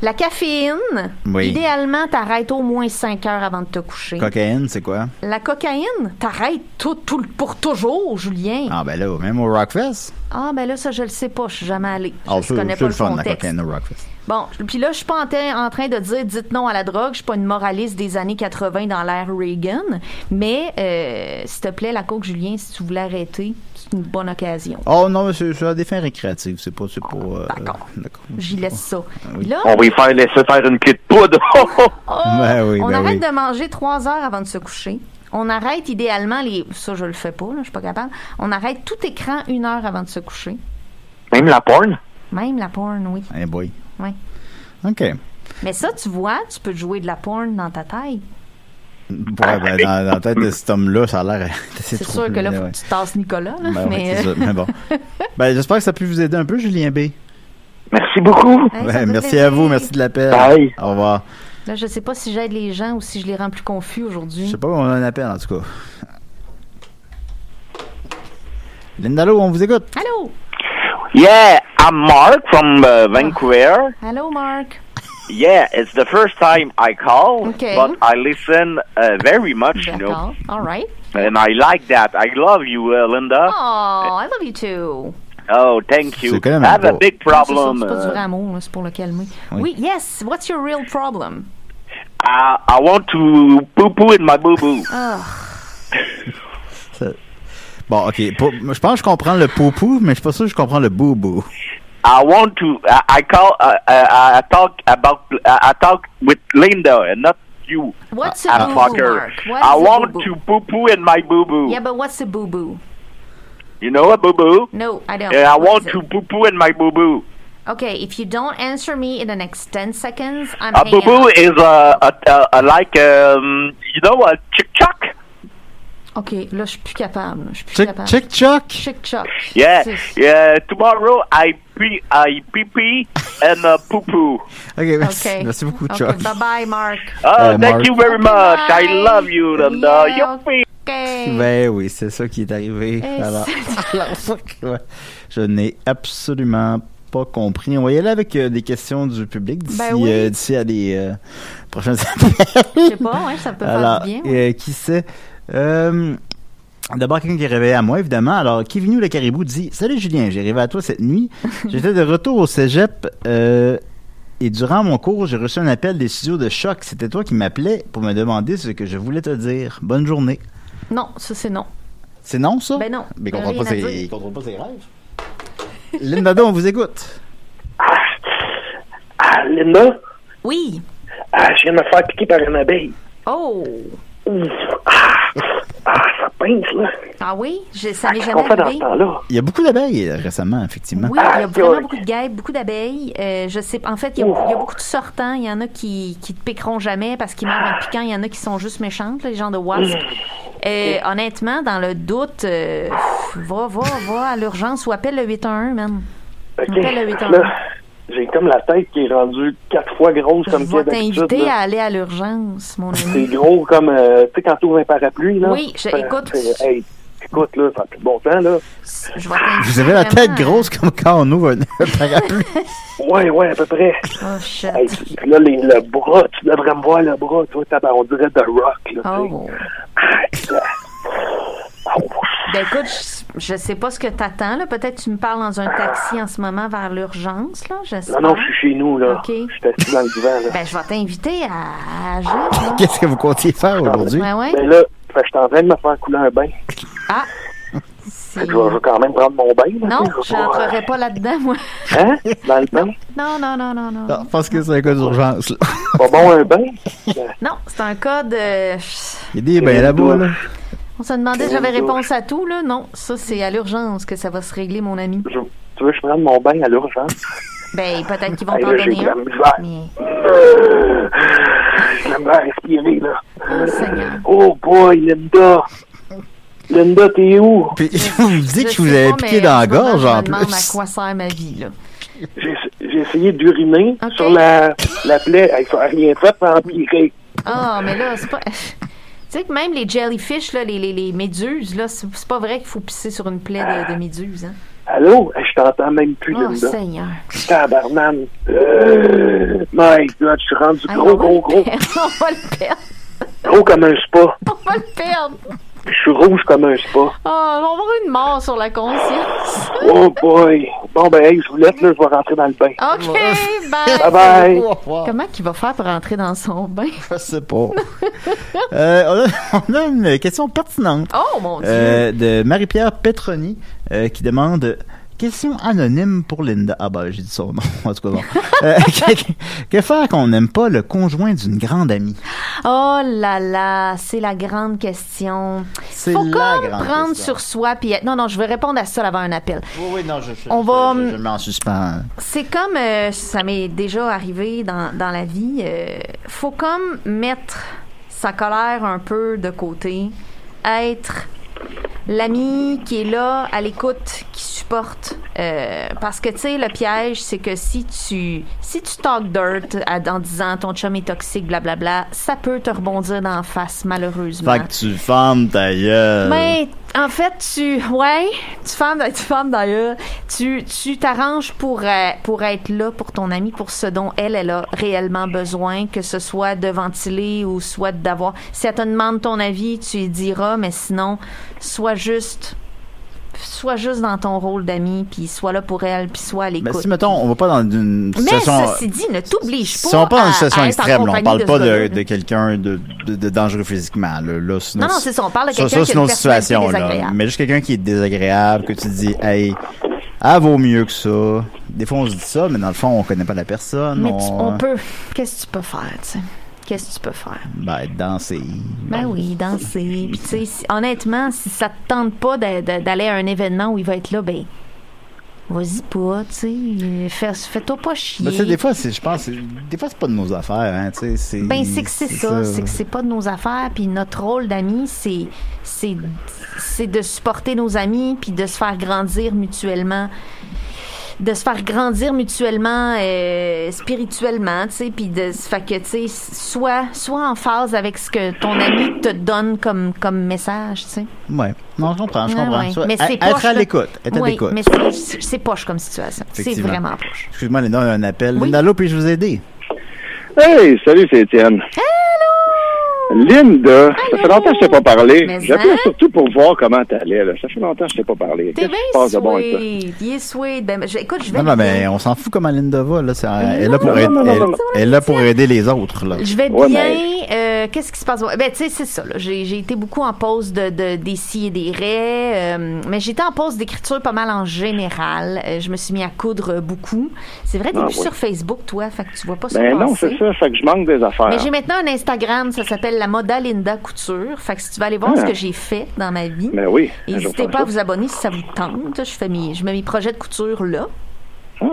[SPEAKER 6] La caféine,
[SPEAKER 5] Oui.
[SPEAKER 6] idéalement, t'arrêtes au moins cinq heures avant de te coucher.
[SPEAKER 5] Cocaïne, c'est quoi?
[SPEAKER 6] La cocaïne, t'arrêtes tout, tout, pour toujours, Julien. Ah.
[SPEAKER 5] Ah, ben là, même au Rockfest?
[SPEAKER 6] ben là, ça, je le sais pas, je suis jamais allée.
[SPEAKER 5] Ah,
[SPEAKER 6] je
[SPEAKER 5] c'est
[SPEAKER 6] connais
[SPEAKER 5] c'est
[SPEAKER 6] pas
[SPEAKER 5] le
[SPEAKER 6] le
[SPEAKER 5] fun, la
[SPEAKER 6] contexte.
[SPEAKER 5] cocaïne au Rockfest.
[SPEAKER 6] Bon, puis là, je suis pas en, train- en train de dire dites non à la drogue. Je suis pas une moraliste des années 80 dans l'ère Reagan. Mais, euh, s'il te plaît, la coke, Julien, si tu voulais arrêter, c'est une bonne occasion.
[SPEAKER 5] Oh non, mais c'est c'est à des fins récréatives, c'est pas... C'est pas euh,
[SPEAKER 6] d'accord.
[SPEAKER 5] d'accord.
[SPEAKER 6] J'y laisse ça.
[SPEAKER 5] Ah oui.
[SPEAKER 6] Là,
[SPEAKER 7] On va y faire laisser faire une clé de poudre. Oh, oh.
[SPEAKER 6] oh,
[SPEAKER 5] [laughs] Ben oui,
[SPEAKER 6] on
[SPEAKER 5] ben
[SPEAKER 6] arrête
[SPEAKER 5] oui.
[SPEAKER 6] de manger trois heures avant de se coucher. On arrête idéalement les. Ça, je le fais pas, là, je suis pas capable. On arrête tout écran une heure avant de se coucher.
[SPEAKER 7] Même la porn?
[SPEAKER 6] Même la porn, oui.
[SPEAKER 5] Eh boy.
[SPEAKER 6] Ouais.
[SPEAKER 5] OK. Ouais,
[SPEAKER 6] Mais ça, tu vois, tu peux te jouer de la porn dans ta taille.
[SPEAKER 5] ben, dans, dans la tête de cet homme-là, ça a l'air...
[SPEAKER 6] C'est sûr que là, faut
[SPEAKER 5] ouais.
[SPEAKER 6] que tu tasses Nicolas. là,
[SPEAKER 5] Ben, ouais,
[SPEAKER 6] mais, euh,
[SPEAKER 5] c'est ça. mais bon. Ben, j'espère que ça a pu vous aider un peu, Julien B.
[SPEAKER 7] Merci beaucoup.
[SPEAKER 6] Hey, ça
[SPEAKER 5] Ouais,
[SPEAKER 6] me fait
[SPEAKER 5] merci
[SPEAKER 6] plaisir.
[SPEAKER 5] à vous, merci de l'appel.
[SPEAKER 7] Bye.
[SPEAKER 5] Au revoir.
[SPEAKER 6] [laughs] Là, je sais pas si j'aide les gens ou si je les rends plus confus
[SPEAKER 5] Je
[SPEAKER 6] aujourd'hui.
[SPEAKER 5] sais pas, on a un appel en tout cas. Lindalo, on vous écoute.
[SPEAKER 6] Allô?
[SPEAKER 7] Yeah, I'm Mark from uh, Vancouver.
[SPEAKER 6] Allô, Marc?
[SPEAKER 7] Yeah, it's the first time I call,
[SPEAKER 6] Okay.
[SPEAKER 7] but I listen uh, very much, you know.
[SPEAKER 6] D'accord. Ah, All right.
[SPEAKER 7] And I like that. I love you, uh, Linda.
[SPEAKER 6] Oh, I love you too.
[SPEAKER 7] Oh, thank you.
[SPEAKER 5] C'est quand même
[SPEAKER 7] Ah. I have a
[SPEAKER 5] beau.
[SPEAKER 7] big
[SPEAKER 6] Non, c'est ça,
[SPEAKER 7] problem.
[SPEAKER 6] C'est pas du
[SPEAKER 7] uh,
[SPEAKER 6] vrai amour, là, c'est pour le calmer.
[SPEAKER 5] Oui.
[SPEAKER 6] Oui. yes, what's your real problem?
[SPEAKER 7] I I, I want to poo poo in my boo boo.
[SPEAKER 6] Oh.
[SPEAKER 7] [laughs]
[SPEAKER 5] Bon, OK. Pou- Je pense que je comprends le poupou, mais je suis pas sûr que je comprends le boubou.
[SPEAKER 7] I want to. I, I call. I, I, I talk about. uh, I, I talk with Linda and not you.
[SPEAKER 6] What's
[SPEAKER 7] I
[SPEAKER 6] a boo
[SPEAKER 7] fuck
[SPEAKER 6] boo,
[SPEAKER 7] her.
[SPEAKER 6] Mark? What
[SPEAKER 7] I
[SPEAKER 6] is a
[SPEAKER 7] want
[SPEAKER 6] boo-boo?
[SPEAKER 7] to poo poo in my boo boo.
[SPEAKER 6] Yeah, but what's a boo boo?
[SPEAKER 7] You know what boo boo?
[SPEAKER 6] No, I don't.
[SPEAKER 7] And I
[SPEAKER 6] What
[SPEAKER 7] want
[SPEAKER 6] is it?
[SPEAKER 7] to poo poo in my boo boo.
[SPEAKER 6] Okay, if you don't answer me in the next 10 seconds, I'm
[SPEAKER 7] A
[SPEAKER 6] hanging
[SPEAKER 7] boo boo
[SPEAKER 6] up.
[SPEAKER 7] is a, a, a, a like um you know a chick chuck.
[SPEAKER 6] OK, là, je suis plus capable. là, Je suis plus
[SPEAKER 5] Chick,
[SPEAKER 6] capable.
[SPEAKER 5] chick, chuck.
[SPEAKER 6] Chick, choc.
[SPEAKER 7] Yeah,
[SPEAKER 6] C'est-
[SPEAKER 7] yeah. Tomorrow I pee I pee pee and uh, poo poo.
[SPEAKER 5] OK, merci.
[SPEAKER 6] OK.
[SPEAKER 5] Merci beaucoup,
[SPEAKER 6] OK,
[SPEAKER 5] Chuck.
[SPEAKER 6] Bye-bye, Mark.
[SPEAKER 1] Ah.
[SPEAKER 7] Oh,
[SPEAKER 5] Uh, Mark.
[SPEAKER 7] thank you very much. I
[SPEAKER 6] Bye.
[SPEAKER 7] love you, Linda.
[SPEAKER 6] Yeah,
[SPEAKER 7] You're free.
[SPEAKER 6] OK.
[SPEAKER 5] Ben oui, c'est ça qui est arrivé.
[SPEAKER 6] Eh,
[SPEAKER 5] Alors,
[SPEAKER 6] [laughs]
[SPEAKER 5] alors ça que- ouais. je n'ai absolument pas compris. On va y aller avec euh, des questions du public d'ici
[SPEAKER 6] Ben oui.
[SPEAKER 5] euh, d'ici à des euh, prochaines [laughs] appels.
[SPEAKER 6] Je sais pas, ouais, ça peut faire
[SPEAKER 5] Alors,
[SPEAKER 6] du bien.
[SPEAKER 5] euh, qui sait? Euh, D'abord, quelqu'un qui est réveillé à moi, évidemment. Alors, Kevinu le Caribou dit Salut Julien, j'ai rêvé à toi
[SPEAKER 6] [laughs]
[SPEAKER 5] cette nuit. J'étais de retour au cégep euh, et durant mon cours, j'ai reçu un appel des studios de choc. C'était toi qui m'appelais pour me demander ce que je voulais te dire. Bonne journée.
[SPEAKER 6] Non, ça, c'est non.
[SPEAKER 5] C'est non, ça?
[SPEAKER 6] Ben non.
[SPEAKER 5] Mais
[SPEAKER 6] Il y
[SPEAKER 5] il
[SPEAKER 6] a
[SPEAKER 5] comprend pas
[SPEAKER 6] rien à
[SPEAKER 5] ses,
[SPEAKER 6] dire.
[SPEAKER 5] il comprend pas ses rêves. [laughs] Lindado, on vous écoute.
[SPEAKER 1] Ah, Linda,
[SPEAKER 6] Oui.
[SPEAKER 1] ah, je viens de me faire piquer par une abeille.
[SPEAKER 6] Oh.
[SPEAKER 1] Ouf, ah, ah, ça pince, là.
[SPEAKER 6] Ah oui? Je, ça m'est
[SPEAKER 1] Qu'est-ce
[SPEAKER 6] jamais
[SPEAKER 1] qu'on fait dans ce
[SPEAKER 6] arrivé.
[SPEAKER 1] temps-là?
[SPEAKER 5] Il y a beaucoup d'abeilles euh, récemment, effectivement.
[SPEAKER 6] Oui, il y a
[SPEAKER 1] Ah,
[SPEAKER 6] vraiment
[SPEAKER 1] George.
[SPEAKER 6] beaucoup de guêpes, beaucoup d'abeilles. Euh, je sais, en fait, il y, a, il y a beaucoup de sortants. Il y en a qui, qui te piqueront jamais parce qu'ils
[SPEAKER 1] Ah.
[SPEAKER 6] meurent en te piquant. Il y en a qui sont juste méchantes, là, les gens de
[SPEAKER 1] Mm.
[SPEAKER 6] wasp. Euh, honnêtement, dans le doute, euh, pff, va, va, va à l'urgence ou appelle le 811, man.
[SPEAKER 1] OK.
[SPEAKER 6] Appelle le 811.
[SPEAKER 1] Là, j'ai comme la tête qui est rendue quatre fois grosse comme
[SPEAKER 6] Je vais
[SPEAKER 1] qu'elle d'habitude.
[SPEAKER 6] t'inviter
[SPEAKER 1] là.
[SPEAKER 6] à aller à l'urgence, mon
[SPEAKER 1] C'est
[SPEAKER 6] ami.
[SPEAKER 1] gros comme, euh, tu sais, quand t'ouvres un parapluie, là.
[SPEAKER 6] Oui, je-
[SPEAKER 1] Ça-
[SPEAKER 6] écoute.
[SPEAKER 1] c'est- hey, écoute, là, ça a plus de bon temps, là.
[SPEAKER 6] Je vais t'inviter
[SPEAKER 5] Vous avez la tête
[SPEAKER 6] vraiment hein. à-
[SPEAKER 5] grosse comme quand on ouvre un
[SPEAKER 6] [laughs]
[SPEAKER 5] un parapluie.
[SPEAKER 1] Ouais, ouais, à peu près.
[SPEAKER 6] Oh, shit.
[SPEAKER 1] Hey, puis là, les- le bras, tu devrais me voir le bras, toi, tabar- on dirait The Rock, là. tu sais. Ah,
[SPEAKER 6] Oh. Ben écoute, je, je sais pas ce que t'attends là. Peut-être que tu me parles dans un taxi en ce moment vers l'urgence là. j'espère.
[SPEAKER 1] Non, non, je suis chez nous, là.
[SPEAKER 6] OK.
[SPEAKER 1] Je suis assis dans le divan, là.
[SPEAKER 6] Ben je vais t'inviter à agir. là.
[SPEAKER 5] Qu'est-ce que vous comptiez faire aujourd'hui?
[SPEAKER 6] Ouais Ben, ouais.
[SPEAKER 1] Mais Ben, là, fait que je suis en train de me faire couler un bain.
[SPEAKER 6] Ah.
[SPEAKER 1] Fait
[SPEAKER 6] C'est-
[SPEAKER 1] que Je vais je vais quand même prendre mon bain, là. [laughs]
[SPEAKER 6] Non,
[SPEAKER 1] tu sais, je vais pas-
[SPEAKER 6] j'entrerai pas là-dedans moi.
[SPEAKER 1] Hein? Dans le bain?
[SPEAKER 6] Non non non non non.
[SPEAKER 5] Non, je pense que c'est un cas d'urgence. là.
[SPEAKER 1] Pas bon, un bain?
[SPEAKER 6] Non, c'est un code. euh,
[SPEAKER 5] Il y a des bains là-bas. Là.
[SPEAKER 6] on se demandait si
[SPEAKER 1] Une
[SPEAKER 6] j'avais
[SPEAKER 1] douche.
[SPEAKER 6] réponse à tout là. Non, ça c'est à l'urgence que ça va se régler mon ami.
[SPEAKER 1] Je- Tu veux que je prenne mon bain à l'urgence?
[SPEAKER 6] Ben peut-être qu'ils vont
[SPEAKER 1] Hey,
[SPEAKER 6] t'en
[SPEAKER 1] là, j'ai de
[SPEAKER 6] donner
[SPEAKER 1] la
[SPEAKER 6] un.
[SPEAKER 1] misère.
[SPEAKER 6] Mais
[SPEAKER 1] Euh, J'ai de la misère à respirer, là.
[SPEAKER 6] oh, Seigneur.
[SPEAKER 1] Oh boy, Linda! Linda, t'es où?
[SPEAKER 5] Puis [laughs] vous me dites que
[SPEAKER 6] Je
[SPEAKER 5] vous
[SPEAKER 6] sais
[SPEAKER 5] avez
[SPEAKER 6] pas,
[SPEAKER 5] piqué
[SPEAKER 6] mais
[SPEAKER 5] dans la
[SPEAKER 6] en ce moment,
[SPEAKER 5] gorge
[SPEAKER 6] je me
[SPEAKER 5] en
[SPEAKER 6] demande à
[SPEAKER 5] plus.
[SPEAKER 6] quoi sert ma vie là.
[SPEAKER 1] J'ai j'ai essayé d'uriner
[SPEAKER 6] Ok.
[SPEAKER 1] sur la, la plaie. Hey, ça a rien fait pour empirer.
[SPEAKER 6] Ah, mais là, c'est pas. [laughs] Tu sais que même les jellyfish, là, les, les, les méduses, là, c'est c'est pas vrai qu'il faut pisser sur une plaie de, de méduse. Hein? [laughs]
[SPEAKER 1] Allô? Hey, Je t'entends même plus,
[SPEAKER 6] Oh,
[SPEAKER 1] Linda.
[SPEAKER 6] Seigneur.
[SPEAKER 1] Tabarnane. Euh, my God, je suis rendu
[SPEAKER 6] Hey,
[SPEAKER 1] gros,
[SPEAKER 6] on va
[SPEAKER 1] gros,
[SPEAKER 6] le
[SPEAKER 1] gros.
[SPEAKER 6] perdre, On va le perdre.
[SPEAKER 1] Gros comme un spa.
[SPEAKER 6] On va le perdre.
[SPEAKER 1] Je suis rouge comme un spa.
[SPEAKER 6] Oh, on va avoir une mort sur la conscience.
[SPEAKER 1] Oh boy. Bon, ben, hey, je vous laisse, là, je vais rentrer dans le bain.
[SPEAKER 6] OK,
[SPEAKER 1] Bye
[SPEAKER 6] bye.
[SPEAKER 1] bye.
[SPEAKER 6] Comment qu'il va faire pour entrer dans son bain?
[SPEAKER 5] [laughs] Je sais pas. Euh, on, a, [laughs] on a une question pertinente
[SPEAKER 6] Oh, mon Dieu.
[SPEAKER 5] euh, de Marie-Pierre Petroni euh, qui demande question anonyme pour Linda. Ah ben, j'ai dit son nom. [laughs] En tout cas, bon. Euh, [laughs] que, que faire qu'on n'aime pas le conjoint d'une grande amie?
[SPEAKER 6] Oh là là, c'est la grande question.
[SPEAKER 5] C'est
[SPEAKER 6] Faut
[SPEAKER 5] la
[SPEAKER 6] comme
[SPEAKER 5] grande
[SPEAKER 6] prendre
[SPEAKER 5] question.
[SPEAKER 6] sur soi puis être- Non, non, je vais répondre à ça avant un appel.
[SPEAKER 5] Oui, oui, non, je, je,
[SPEAKER 6] On
[SPEAKER 5] je-
[SPEAKER 6] va- hum,
[SPEAKER 5] je- je m'en suspends.
[SPEAKER 6] C'est comme euh, ça m'est déjà arrivé dans, dans la vie. euh, faut comme mettre sa colère un peu de côté, être l'ami qui est là, à l'écoute, qui supporte. euh, parce que tu sais, le piège, c'est que si tu si tu talk dirt à- en disant ton chum est toxique, blablabla, ça peut te rebondir dans la face malheureusement.
[SPEAKER 5] Fait que tu fermes ta gueule.
[SPEAKER 6] Mais en fait, tu ouais, tu fermes, tu fermes d'ailleurs. Tu tu t'arranges pour euh, pour être là pour ton amie pour ce dont elle elle a réellement besoin, que ce soit de ventiler ou soit d'avoir. Si elle te demande ton avis, tu y diras, mais sinon, sois juste sois juste dans ton rôle d'ami, puis sois là pour elle, puis sois à
[SPEAKER 5] Ben,
[SPEAKER 6] l'écoute.
[SPEAKER 5] si, mettons, on va pas dans une
[SPEAKER 6] Mais
[SPEAKER 5] situation.
[SPEAKER 6] ceci dit, ne t'oblige pas.
[SPEAKER 5] Si on pas
[SPEAKER 6] à-
[SPEAKER 5] dans une situation
[SPEAKER 6] à être en
[SPEAKER 5] extrême, là, on
[SPEAKER 6] compagnie
[SPEAKER 5] parle
[SPEAKER 6] de
[SPEAKER 5] pas
[SPEAKER 6] ce
[SPEAKER 5] de,
[SPEAKER 6] gars-là.
[SPEAKER 5] de quelqu'un de, de- de dangereux physiquement. Là, Là, c'est
[SPEAKER 6] Non,
[SPEAKER 5] nos-
[SPEAKER 6] non, c'est ça, on parle de
[SPEAKER 5] ça,
[SPEAKER 6] quelqu'un
[SPEAKER 5] ça,
[SPEAKER 6] qui
[SPEAKER 5] c'est
[SPEAKER 6] a une
[SPEAKER 5] nos situations,
[SPEAKER 6] personnalité
[SPEAKER 5] là.
[SPEAKER 6] désagréable.
[SPEAKER 5] Mais juste quelqu'un qui est désagréable, que tu te dis, hey, ah, vaut mieux que ça. Des fois, on se dit ça, mais dans le fond, on connaît pas la personne.
[SPEAKER 6] Mais tu-
[SPEAKER 5] on,
[SPEAKER 6] on peut. Qu'est-ce que tu peux faire, tu sais? Qu'est-ce que tu peux faire?
[SPEAKER 5] Ben, danser.
[SPEAKER 6] Ben oui,
[SPEAKER 5] [laughs]
[SPEAKER 6] danser. Puis, tu sais, si- honnêtement, si ça te tente pas d'a- d'a- d'aller à un événement où il va être là, ben, vas-y pas, tu sais. Euh, fais- Fais-toi pas chier.
[SPEAKER 5] Ben, tu sais, des fois, c'est- je pense, c'est- des fois, c'est pas de nos affaires, hein, tu sais, c'est.
[SPEAKER 6] Ben, c'est que c'est ça, c'est que c'est pas de nos affaires, puis notre rôle d'ami, c'est c'est c'est de supporter nos amis, puis de se faire grandir mutuellement, de se faire grandir mutuellement euh, spirituellement, tu sais, puis de fait que tu sais, soit soit en phase avec ce que ton ami te donne comme comme message, tu sais.
[SPEAKER 5] Ouais. Non, je comprends, je
[SPEAKER 6] Ah,
[SPEAKER 5] comprends.
[SPEAKER 6] ouais.
[SPEAKER 5] Soit-
[SPEAKER 6] Mais
[SPEAKER 5] à-
[SPEAKER 6] c'est
[SPEAKER 5] être
[SPEAKER 6] poche,
[SPEAKER 5] à
[SPEAKER 6] là.
[SPEAKER 5] l'écoute, être à
[SPEAKER 6] Oui,
[SPEAKER 5] l'écoute.
[SPEAKER 6] mais c'est c'est poche comme situation, c'est
[SPEAKER 5] Effectivement.
[SPEAKER 6] vraiment poche.
[SPEAKER 5] Excuse-moi, Léna, on a un appel.
[SPEAKER 6] Oui.
[SPEAKER 5] Linda, allô, puis-je vous aider?
[SPEAKER 8] Hey, salut, c'est Étienne. Linda, ça fait longtemps que je t'ai pas parlé.
[SPEAKER 6] Mais
[SPEAKER 8] J'appelais
[SPEAKER 6] hein?
[SPEAKER 8] surtout pour voir comment t'allais. Là. Ça fait longtemps que je t'ai pas parlé.
[SPEAKER 6] T'es
[SPEAKER 8] Qu'est-ce
[SPEAKER 6] bien
[SPEAKER 8] qui se passe de bon avec toi?
[SPEAKER 6] sweet, il est sweet. Ben, je- écoute, je vais
[SPEAKER 5] Non, non,
[SPEAKER 6] bien.
[SPEAKER 5] mais on s'en fout comment Linda va, là. c'est- elle, est là pour
[SPEAKER 8] non,
[SPEAKER 5] aider,
[SPEAKER 8] non, non,
[SPEAKER 5] elle,
[SPEAKER 8] non, non.
[SPEAKER 5] elle est là pour aider les autres, là.
[SPEAKER 6] Je vais
[SPEAKER 8] Ouais,
[SPEAKER 6] bien.
[SPEAKER 8] mais-
[SPEAKER 6] euh, Qu'est-ce qui se passe? Ben, tu sais, c'est ça. là. J'ai j'ai été beaucoup en pause de, de- des si et des raies, euh, mais j'étais en pause d'écriture pas mal en général. Euh, je me suis mis à coudre euh, beaucoup. C'est vrai, t'es
[SPEAKER 8] Ah,
[SPEAKER 6] plus
[SPEAKER 8] ouais.
[SPEAKER 6] sur Facebook, toi, fait que tu vois pas ça
[SPEAKER 8] Ben non,
[SPEAKER 6] passer.
[SPEAKER 8] c'est ça. Fait que je manque des affaires.
[SPEAKER 6] Mais j'ai maintenant un Instagram, ça s'appelle la Moda Linda Couture. Fait que si tu vas aller voir
[SPEAKER 8] Ah.
[SPEAKER 6] ce que j'ai fait dans ma vie,
[SPEAKER 8] Mais oui. je vais
[SPEAKER 6] n'hésitez
[SPEAKER 8] faire
[SPEAKER 6] pas
[SPEAKER 8] ça.
[SPEAKER 6] à vous abonner si ça vous tente. Je fais mes, je mets mes projets de couture là.
[SPEAKER 8] Ah.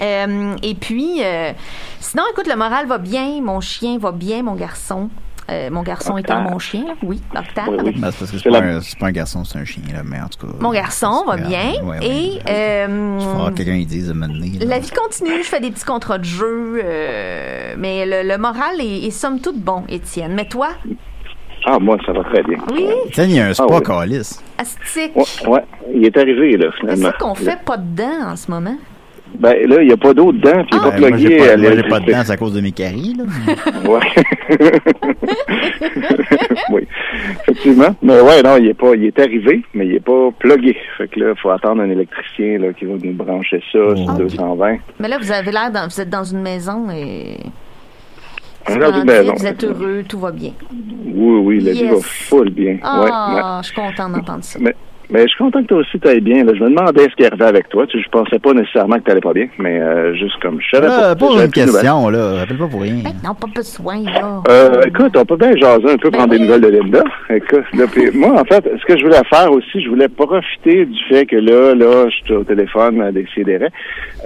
[SPEAKER 6] Euh, et puis, euh, sinon, écoute, le moral va bien, mon chien va bien, mon garçon. Euh, mon garçon étant
[SPEAKER 8] Octave.
[SPEAKER 6] mon chien, là. oui, Octave.
[SPEAKER 8] Oui, oui.
[SPEAKER 5] Ben, c'est parce que c'est
[SPEAKER 8] C'est
[SPEAKER 5] pas,
[SPEAKER 8] la-
[SPEAKER 5] un- c'est pas un garçon, c'est un chien, là, mais en tout cas.
[SPEAKER 6] Mon garçon va
[SPEAKER 5] c'est-
[SPEAKER 6] bien.
[SPEAKER 5] ouais, ouais.
[SPEAKER 6] et euh,
[SPEAKER 5] Il faudra que quelqu'un y dise de m'amener.
[SPEAKER 6] la vie continue, je fais des petits contrats de jeu, euh, mais le, le moral est, est somme toute bon, Étienne. Mais toi,
[SPEAKER 8] ah, moi, ça va très bien. Ah
[SPEAKER 6] oui,
[SPEAKER 5] Tiens, il y a un spa
[SPEAKER 8] oui.
[SPEAKER 5] calice.
[SPEAKER 6] astique.
[SPEAKER 8] Ouais, ouais, il
[SPEAKER 6] [laughs]
[SPEAKER 8] est arrivé, là, finalement.
[SPEAKER 6] Qu'est-ce qu'on fait pas dedans en ce moment?
[SPEAKER 8] Ben là, il n'y a pas d'eau dedans, puis il n'est
[SPEAKER 5] Ben,
[SPEAKER 8] pas
[SPEAKER 5] moi, j'ai
[SPEAKER 8] plugué
[SPEAKER 5] pas, moi, j'ai pas
[SPEAKER 8] à
[SPEAKER 5] de
[SPEAKER 8] l'électricité.
[SPEAKER 5] dents, c'est à cause de mes caries, là.
[SPEAKER 8] Ouais.
[SPEAKER 5] [laughs]
[SPEAKER 8] oui, effectivement. Mais ouais, non, il est pas, il est arrivé, mais il est pas plugué. Fait que là, il faut attendre un électricien là, qui va nous brancher ça sur
[SPEAKER 5] Oh.
[SPEAKER 6] Ah, ok.
[SPEAKER 8] 220.
[SPEAKER 6] [laughs] Mais là, vous avez l'air, dans- vous êtes dans une maison et...
[SPEAKER 8] On est dans une
[SPEAKER 6] Splendide,
[SPEAKER 8] maison.
[SPEAKER 6] Vous êtes heureux, tout va bien.
[SPEAKER 8] Oui, oui, la vie
[SPEAKER 6] Yes.
[SPEAKER 8] va full bien. Ouais, ouais.
[SPEAKER 6] Ah, je suis contente d'entendre ça.
[SPEAKER 8] Mais, mais je suis content que toi aussi t'ailles bien. Là. Je me demandais ce qui arrivait avec toi. Tu, sais, je pensais pas nécessairement que t'allais pas bien, mais euh, juste comme je savais
[SPEAKER 5] Là,
[SPEAKER 8] pas.
[SPEAKER 5] pose
[SPEAKER 8] J'avais
[SPEAKER 5] une
[SPEAKER 8] plus de nouvelles.
[SPEAKER 5] question, là. Rappelle pas pour rien.
[SPEAKER 6] Ben non, pas besoin, là.
[SPEAKER 8] Euh, écoute, on peut bien jaser un peu,
[SPEAKER 6] Ben
[SPEAKER 8] prendre des
[SPEAKER 6] oui.
[SPEAKER 8] nouvelles de Linda. Écoute, là, puis moi, en fait, ce que je voulais faire aussi, je voulais profiter du fait que là, là, je suis au téléphone à Décideret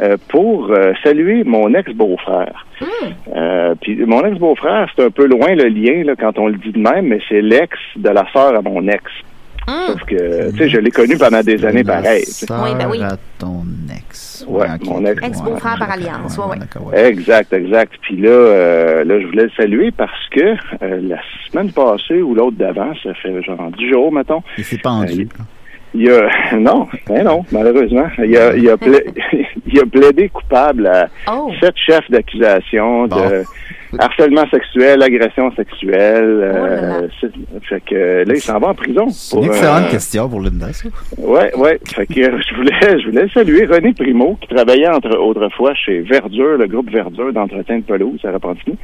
[SPEAKER 8] euh, pour euh, saluer mon ex-beau-frère.
[SPEAKER 6] Hmm.
[SPEAKER 8] Euh, puis mon ex-beau-frère, c'est un peu loin le lien là, quand on le dit de même, mais c'est l'ex de la sœur à mon ex. Sauf que, tu sais, je l'ai connu pendant des années pareil. tu sais.
[SPEAKER 6] Hum. Oui, ben oui.
[SPEAKER 5] Sœur à ton ex.
[SPEAKER 8] Ouais,
[SPEAKER 5] ok,
[SPEAKER 8] mon ex.
[SPEAKER 5] ouais,
[SPEAKER 6] Ex-beau-frère
[SPEAKER 5] ouais,
[SPEAKER 6] par
[SPEAKER 5] d'accord,
[SPEAKER 6] alliance, ouais, ouais.
[SPEAKER 5] d'accord,
[SPEAKER 8] Exact, exact. Puis là, euh, là, je voulais le saluer parce que euh, la semaine passée ou l'autre d'avant, ça fait genre 10 jours, mettons,
[SPEAKER 5] Il s'est pendu.
[SPEAKER 8] Allez. il y a... [laughs] Non, ben non, malheureusement. Il
[SPEAKER 6] [laughs]
[SPEAKER 8] a, il a, pla- [laughs] il a plaidé coupable à
[SPEAKER 6] Oh,
[SPEAKER 8] sept chefs d'accusation de harcèlement sexuel, agression sexuelle.
[SPEAKER 6] Oh là là.
[SPEAKER 8] euh, c'est- fait que là, il s'en va en prison.
[SPEAKER 5] C'est
[SPEAKER 8] pour euh,
[SPEAKER 5] une
[SPEAKER 8] un-
[SPEAKER 5] excellente question pour Linda, ça.
[SPEAKER 8] Ouais, ouais. Fait que [laughs] euh, je voulais, je voulais saluer René Primo, qui travaillait entre autrefois chez Verdure, le groupe Verdure d'entretien de pelouse à Repentigny,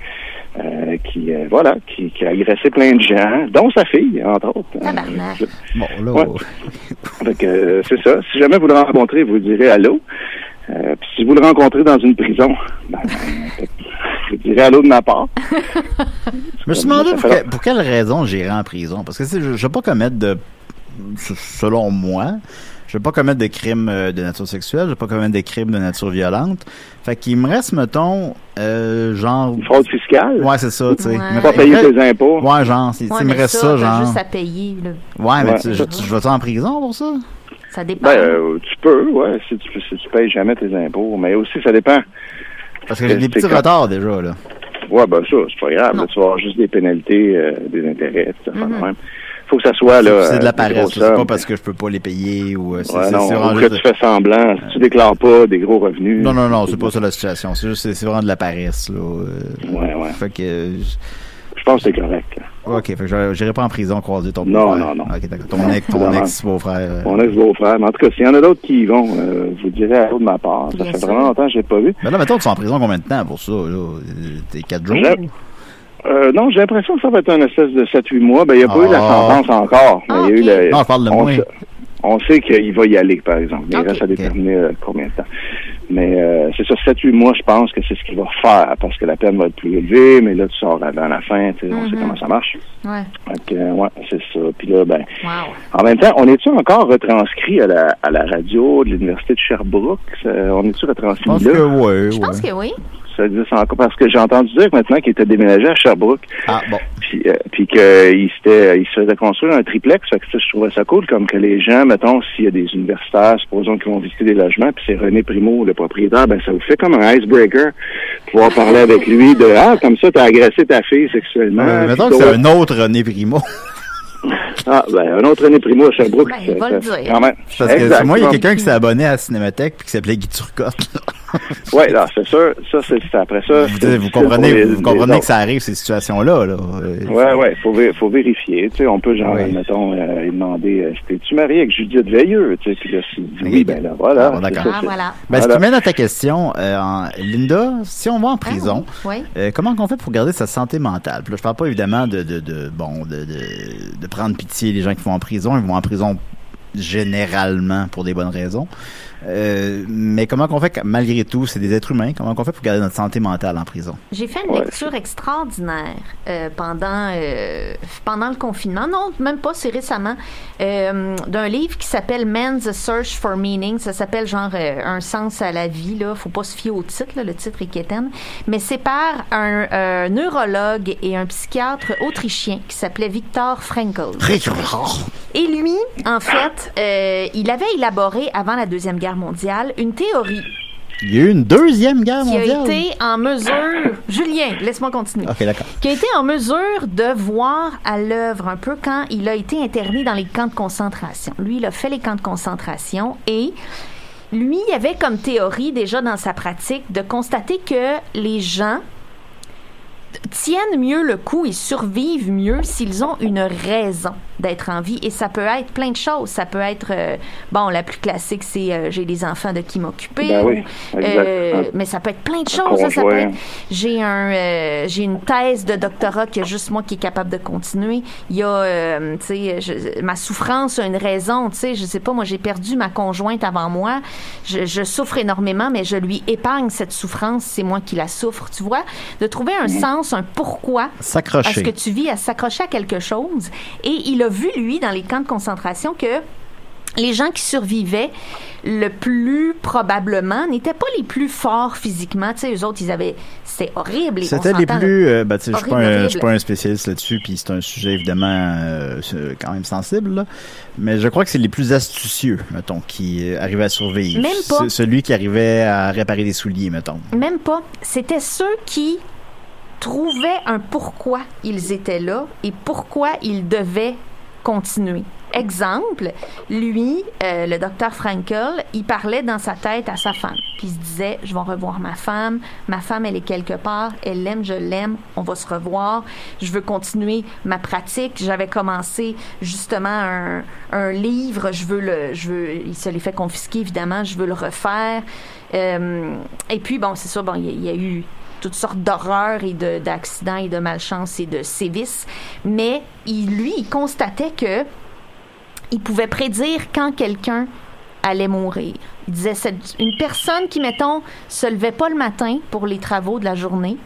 [SPEAKER 8] euh, qui, euh, voilà, qui, qui a agressé plein de gens, dont sa fille, entre autres.
[SPEAKER 6] Tabarnak.
[SPEAKER 8] Euh,
[SPEAKER 5] Bon, là, oh.
[SPEAKER 8] Ouais. [laughs] fait que, euh, c'est ça. Si jamais vous le rencontrez, vous direz allô. Euh, puis si vous le rencontrez dans une prison, ben, euh, vous direz allô de ma part.
[SPEAKER 5] Je me suis demandé pour, que- pour quelle raison j'irais en prison. Parce que tu sais, je ne vais pas commettre de. s- Selon moi, je ne vais pas commettre de crimes euh, de nature sexuelle, je ne vais pas commettre de crimes de nature violente. Fait qu'il me reste, mettons, euh, genre.
[SPEAKER 8] Une fraude fiscale,
[SPEAKER 5] Ouais, c'est ça, tu sais.
[SPEAKER 6] Ouais.
[SPEAKER 5] Il me
[SPEAKER 8] pas
[SPEAKER 5] reste-
[SPEAKER 8] payer
[SPEAKER 5] il me reste-
[SPEAKER 8] tes impôts.
[SPEAKER 5] Ouais, genre, c'est- tu sais,
[SPEAKER 6] ouais,
[SPEAKER 5] il me
[SPEAKER 6] mais
[SPEAKER 5] reste ça,
[SPEAKER 6] ça, t'as
[SPEAKER 5] genre.
[SPEAKER 6] juste à payer, là.
[SPEAKER 5] Ouais, mais
[SPEAKER 8] Ouais.
[SPEAKER 5] tu, je, tu- je vais-tu en prison pour ça?
[SPEAKER 6] Ça dépend.
[SPEAKER 8] Ben, euh, tu peux, ouais, si tu, si tu payes jamais tes impôts. Mais aussi, ça dépend. Euh,
[SPEAKER 5] Parce que j'ai
[SPEAKER 8] C'est-
[SPEAKER 5] des petits
[SPEAKER 8] c'est quand-
[SPEAKER 5] retards déjà, là.
[SPEAKER 8] Ouais, ben ça, c'est pas grave.
[SPEAKER 6] Non. Mm-hmm.
[SPEAKER 8] là, tu vas avoir juste des pénalités, euh, des intérêts, tout ça, même. Faut que ça soit, là.
[SPEAKER 5] C'est de
[SPEAKER 8] euh,
[SPEAKER 5] la
[SPEAKER 8] des
[SPEAKER 5] paresse,
[SPEAKER 8] grosses
[SPEAKER 5] c'est pas
[SPEAKER 8] sommes.
[SPEAKER 5] parce que je peux pas les payer ou. euh, c'est-
[SPEAKER 8] Ouais,
[SPEAKER 5] c'est-
[SPEAKER 8] non,
[SPEAKER 5] c'est vraiment
[SPEAKER 8] ou que
[SPEAKER 5] juste-
[SPEAKER 8] tu fais semblant. Si tu déclares pas des gros revenus.
[SPEAKER 5] Non, non, non, c'est pas ça la situation. C'est juste, c'est- c'est vraiment de la paresse, là. euh,
[SPEAKER 8] Ouais, ouais.
[SPEAKER 5] Fait que. euh,
[SPEAKER 8] Je pense que c'est correct. là.
[SPEAKER 5] Ok, fait que je- j'irai pas en prison croiser ton
[SPEAKER 8] Non,
[SPEAKER 5] beau-frère.
[SPEAKER 8] non, non.
[SPEAKER 5] Ok, d'accord. Ton ex, ton
[SPEAKER 8] Évidemment.
[SPEAKER 5] ex beau-frère. euh.
[SPEAKER 8] Mon ex-beau-frère. Mais en tout cas, s'il y en a d'autres qui y vont, euh, vous direz à eux de ma part. Ça
[SPEAKER 6] Bien
[SPEAKER 8] fait
[SPEAKER 6] sûr.
[SPEAKER 8] vraiment longtemps que je l'ai pas vu.
[SPEAKER 5] Mais là, mettons, tu es en prison combien de temps pour ça? là? Euh, T'es quatre jours?
[SPEAKER 8] J'ai- Euh, non, j'ai l'impression que ça va être un espèce de 7-8 mois. Ben, il n'y a pas
[SPEAKER 5] Ah.
[SPEAKER 8] eu la sentence encore. mais
[SPEAKER 6] Ah,
[SPEAKER 8] il y a
[SPEAKER 6] ok.
[SPEAKER 8] eu le-
[SPEAKER 5] Non, je parle de
[SPEAKER 8] on
[SPEAKER 5] moins.
[SPEAKER 8] sait- On sait qu'il va y aller, par exemple. Mais
[SPEAKER 6] Ok.
[SPEAKER 8] il reste à déterminer euh, combien de temps. Mais euh, c'est ça, 7-8 mois, je pense que c'est ce qu'il va faire, parce que la peine va être plus élevée, mais là, tu sors avant la fin, tu sais, on sait
[SPEAKER 6] Mhm.
[SPEAKER 8] comment ça marche.
[SPEAKER 6] Ouais.
[SPEAKER 8] Donc, euh, ouais, c'est ça. Puis là, ben,
[SPEAKER 6] Wow.
[SPEAKER 8] en même temps, on est-tu encore retranscrit à la, à la radio de l'Université de Sherbrooke? Ça- on est-tu
[SPEAKER 5] Je pense
[SPEAKER 8] retranscrit là?
[SPEAKER 5] que oui.
[SPEAKER 6] Je pense
[SPEAKER 5] ouais.
[SPEAKER 6] que oui.
[SPEAKER 8] Ça existe encore, parce que j'ai entendu dire que maintenant qu'il était déménagé à Sherbrooke,
[SPEAKER 5] Ah, bon.
[SPEAKER 8] puis, euh, puis qu'il s'était, euh, il se faisait construire un triplex. Fait que ça, je trouvais ça cool, comme que les gens, mettons, s'il y a des universitaires, supposons qu'ils vont visiter des logements, puis c'est René Primo, le propriétaire, ben ça vous fait comme un icebreaker, pouvoir parler avec lui de ah comme ça t'as agressé ta fille sexuellement.
[SPEAKER 5] Euh,
[SPEAKER 8] puis
[SPEAKER 5] mettons que
[SPEAKER 8] toi-
[SPEAKER 5] c'est un autre René Primo.
[SPEAKER 8] ah ben un autre René Primo à Sherbrooke.
[SPEAKER 6] Ben, il va
[SPEAKER 8] ça-
[SPEAKER 6] le
[SPEAKER 8] ça-
[SPEAKER 6] dire.
[SPEAKER 8] quand même.
[SPEAKER 5] Parce que
[SPEAKER 8] Exact.
[SPEAKER 5] moi, il y a
[SPEAKER 8] Bon.
[SPEAKER 5] quelqu'un qui s'est abonné à la Cinémathèque puis qui s'appelait Guy Turcotte.
[SPEAKER 8] Ouais, là, c'est sûr. Ça, c'est c'est après
[SPEAKER 5] Vous,
[SPEAKER 8] ça. c'est
[SPEAKER 5] vous
[SPEAKER 8] difficile pour
[SPEAKER 5] comprenez,
[SPEAKER 8] les-
[SPEAKER 5] vous
[SPEAKER 8] les
[SPEAKER 5] comprenez
[SPEAKER 8] autres.
[SPEAKER 5] que ça arrive, ces situations-là. Là. Euh,
[SPEAKER 8] Ouais, ouais, faut, vé- faut vérifier. Tu sais, on peut, genre,
[SPEAKER 5] Oui.
[SPEAKER 8] mettons, euh, demander, euh, t'es-tu marié avec Judith Veilleux? Tu sais, puis là, s'il dit
[SPEAKER 5] Oui.
[SPEAKER 8] oui, ben là, voilà.
[SPEAKER 5] Ah, bon, d'accord.
[SPEAKER 8] c'est ça,
[SPEAKER 6] Ah,
[SPEAKER 8] c'est-
[SPEAKER 6] voilà.
[SPEAKER 5] Ben, Ce
[SPEAKER 8] Voilà.
[SPEAKER 5] qui mène à ta question, euh, en- Linda, si on va en prison,
[SPEAKER 6] Ah, oui.
[SPEAKER 5] euh, comment qu'on fait pour garder sa santé mentale? Puis là, je parle pas évidemment de, de, de bon de, de, de prendre pitié des gens qui vont en prison. Ils vont en prison généralement pour des bonnes raisons. Euh, mais comment qu'on fait que, malgré tout, c'est des êtres humains, comment qu'on fait pour garder notre santé mentale en prison?
[SPEAKER 6] J'ai fait une
[SPEAKER 8] Ouais,
[SPEAKER 6] lecture extraordinaire euh, pendant, euh, pendant le confinement. Non, même pas, c'est récemment. Euh, D'un livre qui s'appelle Man's Search for Meaning. Ça s'appelle genre euh, Un sens à la vie. Là. Faut pas se fier au titre. là. Le titre est quétaine. Mais c'est par un euh, neurologue et un psychiatre autrichien qui s'appelait Viktor Frankl. Et lui, en fait, euh, il avait élaboré avant la Deuxième Guerre mondiale une théorie
[SPEAKER 5] Il y a eu une deuxième guerre
[SPEAKER 6] qui a
[SPEAKER 5] mondiale.
[SPEAKER 6] été en mesure... Julien, laisse-moi continuer
[SPEAKER 5] Ok, d'accord.
[SPEAKER 6] qui a été en mesure de voir à l'œuvre un peu quand il a été interné dans les camps de concentration. Lui, il a fait les camps de concentration et lui, il avait comme théorie déjà dans sa pratique de constater que les gens tiennent mieux le coup et survivent mieux s'ils ont une raison d'être en vie. Et ça peut être plein de choses. Ça peut être, euh, bon, la plus classique, c'est euh, j'ai des enfants de qui m'occuper.
[SPEAKER 8] Ben oui,
[SPEAKER 6] ou,
[SPEAKER 8] exact.
[SPEAKER 6] euh,
[SPEAKER 8] Un-
[SPEAKER 6] mais ça peut être plein de choses. hein. Ça peut
[SPEAKER 8] conjoint.
[SPEAKER 6] être- j'ai un, euh, j'ai une thèse de doctorat que juste moi qui est capable de continuer. Il y a, euh, tu sais, je- ma souffrance a une raison. Tu sais, je sais pas, moi j'ai perdu ma conjointe avant moi. Je, je souffre énormément, mais je lui épargne cette souffrance. C'est moi qui la souffre, tu vois. De trouver un sens, un pourquoi à ce
[SPEAKER 5] S'accrocher.
[SPEAKER 6] que tu vis, à s'accrocher à quelque chose. Et il a vu, lui, dans les camps de concentration, que les gens qui survivaient le plus probablement n'étaient pas les plus forts physiquement. Tu sais, eux autres, ils avaient... C'était horrible. et on
[SPEAKER 5] C'était les
[SPEAKER 6] s'entend,
[SPEAKER 5] plus. euh, ben, tu sais, je suis pas,
[SPEAKER 6] Horrible,
[SPEAKER 5] un- je suis
[SPEAKER 6] horrible.
[SPEAKER 5] pas un spécialiste là-dessus, puis c'est un sujet évidemment euh, c'est quand même sensible. là. Mais je crois que c'est les plus astucieux, mettons, qui euh, arrivaient à survivre.
[SPEAKER 6] Même pas.
[SPEAKER 5] C'est celui qui arrivait à réparer des souliers, mettons.
[SPEAKER 6] Même pas. C'était ceux qui trouvaient un pourquoi ils étaient là et pourquoi ils devaient continuer. Exemple, lui, euh, le docteur Frankel, il parlait dans sa tête à sa femme. Puis il se disait, je vais revoir ma femme. Ma femme, elle est quelque part. Elle l'aime, je l'aime. On va se revoir. Je veux continuer ma pratique. J'avais commencé justement un, un livre. Je veux le, je veux. Il se l'est fait confisquer évidemment. Je veux le refaire. Euh, et puis, bon, c'est sûr, bon, il y, a- il y a eu toutes sortes d'horreurs et de- d'accidents et de malchance et de sévices. Mais il, lui, il constatait que il pouvait prédire quand quelqu'un allait mourir. Il disait, cette- une personne qui, mettons, se levait pas le matin pour les travaux de la journée,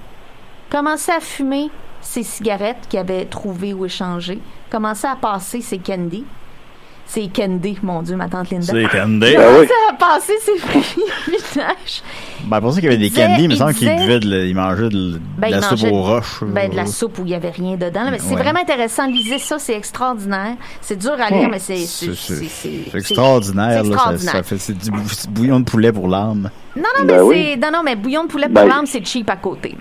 [SPEAKER 6] commençait à fumer ses cigarettes qu'il avait trouvées ou échangées, commençait à passer ses candy. Ses candy, mon Dieu, ma tante Linda.
[SPEAKER 5] candy.
[SPEAKER 6] Il
[SPEAKER 8] Ah oui.
[SPEAKER 6] commençait à passer ses [laughs] fruits au village.
[SPEAKER 5] Ben, pour ça qu'il y avait des
[SPEAKER 6] Il disait-
[SPEAKER 5] candies, il me
[SPEAKER 6] il
[SPEAKER 5] semble qu'ils
[SPEAKER 6] disait-
[SPEAKER 5] buvaient de, la- ils mangeaient de, de
[SPEAKER 6] Ben,
[SPEAKER 5] la
[SPEAKER 6] il
[SPEAKER 5] soupe
[SPEAKER 6] mangeait-
[SPEAKER 5] aux roches.
[SPEAKER 6] Ben, de la
[SPEAKER 5] euh,
[SPEAKER 6] soupe où il n'y avait rien dedans. là. Mais c'est
[SPEAKER 5] Ouais.
[SPEAKER 6] vraiment intéressant. Lisez ça, c'est extraordinaire. C'est dur à lire, mais c'est.
[SPEAKER 5] C'est c'est- c'est
[SPEAKER 6] c'est-
[SPEAKER 5] extraordinaire,
[SPEAKER 6] c'est
[SPEAKER 5] là, ça-
[SPEAKER 6] extraordinaire.
[SPEAKER 5] ça fait- c'est du bou- c'est bouillon de poulet pour l'âme.
[SPEAKER 6] Non, non, mais
[SPEAKER 8] Ben oui.
[SPEAKER 6] c'est. Non, non, mais bouillon de poulet pour
[SPEAKER 8] Ben-
[SPEAKER 6] l'âme, c'est cheap à côté.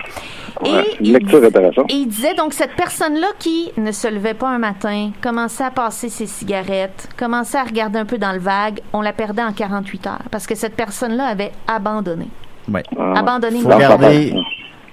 [SPEAKER 8] Ouais,
[SPEAKER 6] Et
[SPEAKER 8] une
[SPEAKER 6] il
[SPEAKER 8] lecture intéressante.
[SPEAKER 6] Et il disait donc cette personne-là qui ne se levait pas un matin, commençait à passer ses cigarettes, commençait à regarder un peu dans le vague, on la perdait en 48 heures parce que cette personne-là avait abandonné.
[SPEAKER 5] Ouais.
[SPEAKER 8] Ah, ouais.
[SPEAKER 6] abandonné.
[SPEAKER 5] Euh, Faut
[SPEAKER 8] Dans sa
[SPEAKER 5] garder-
[SPEAKER 8] tête.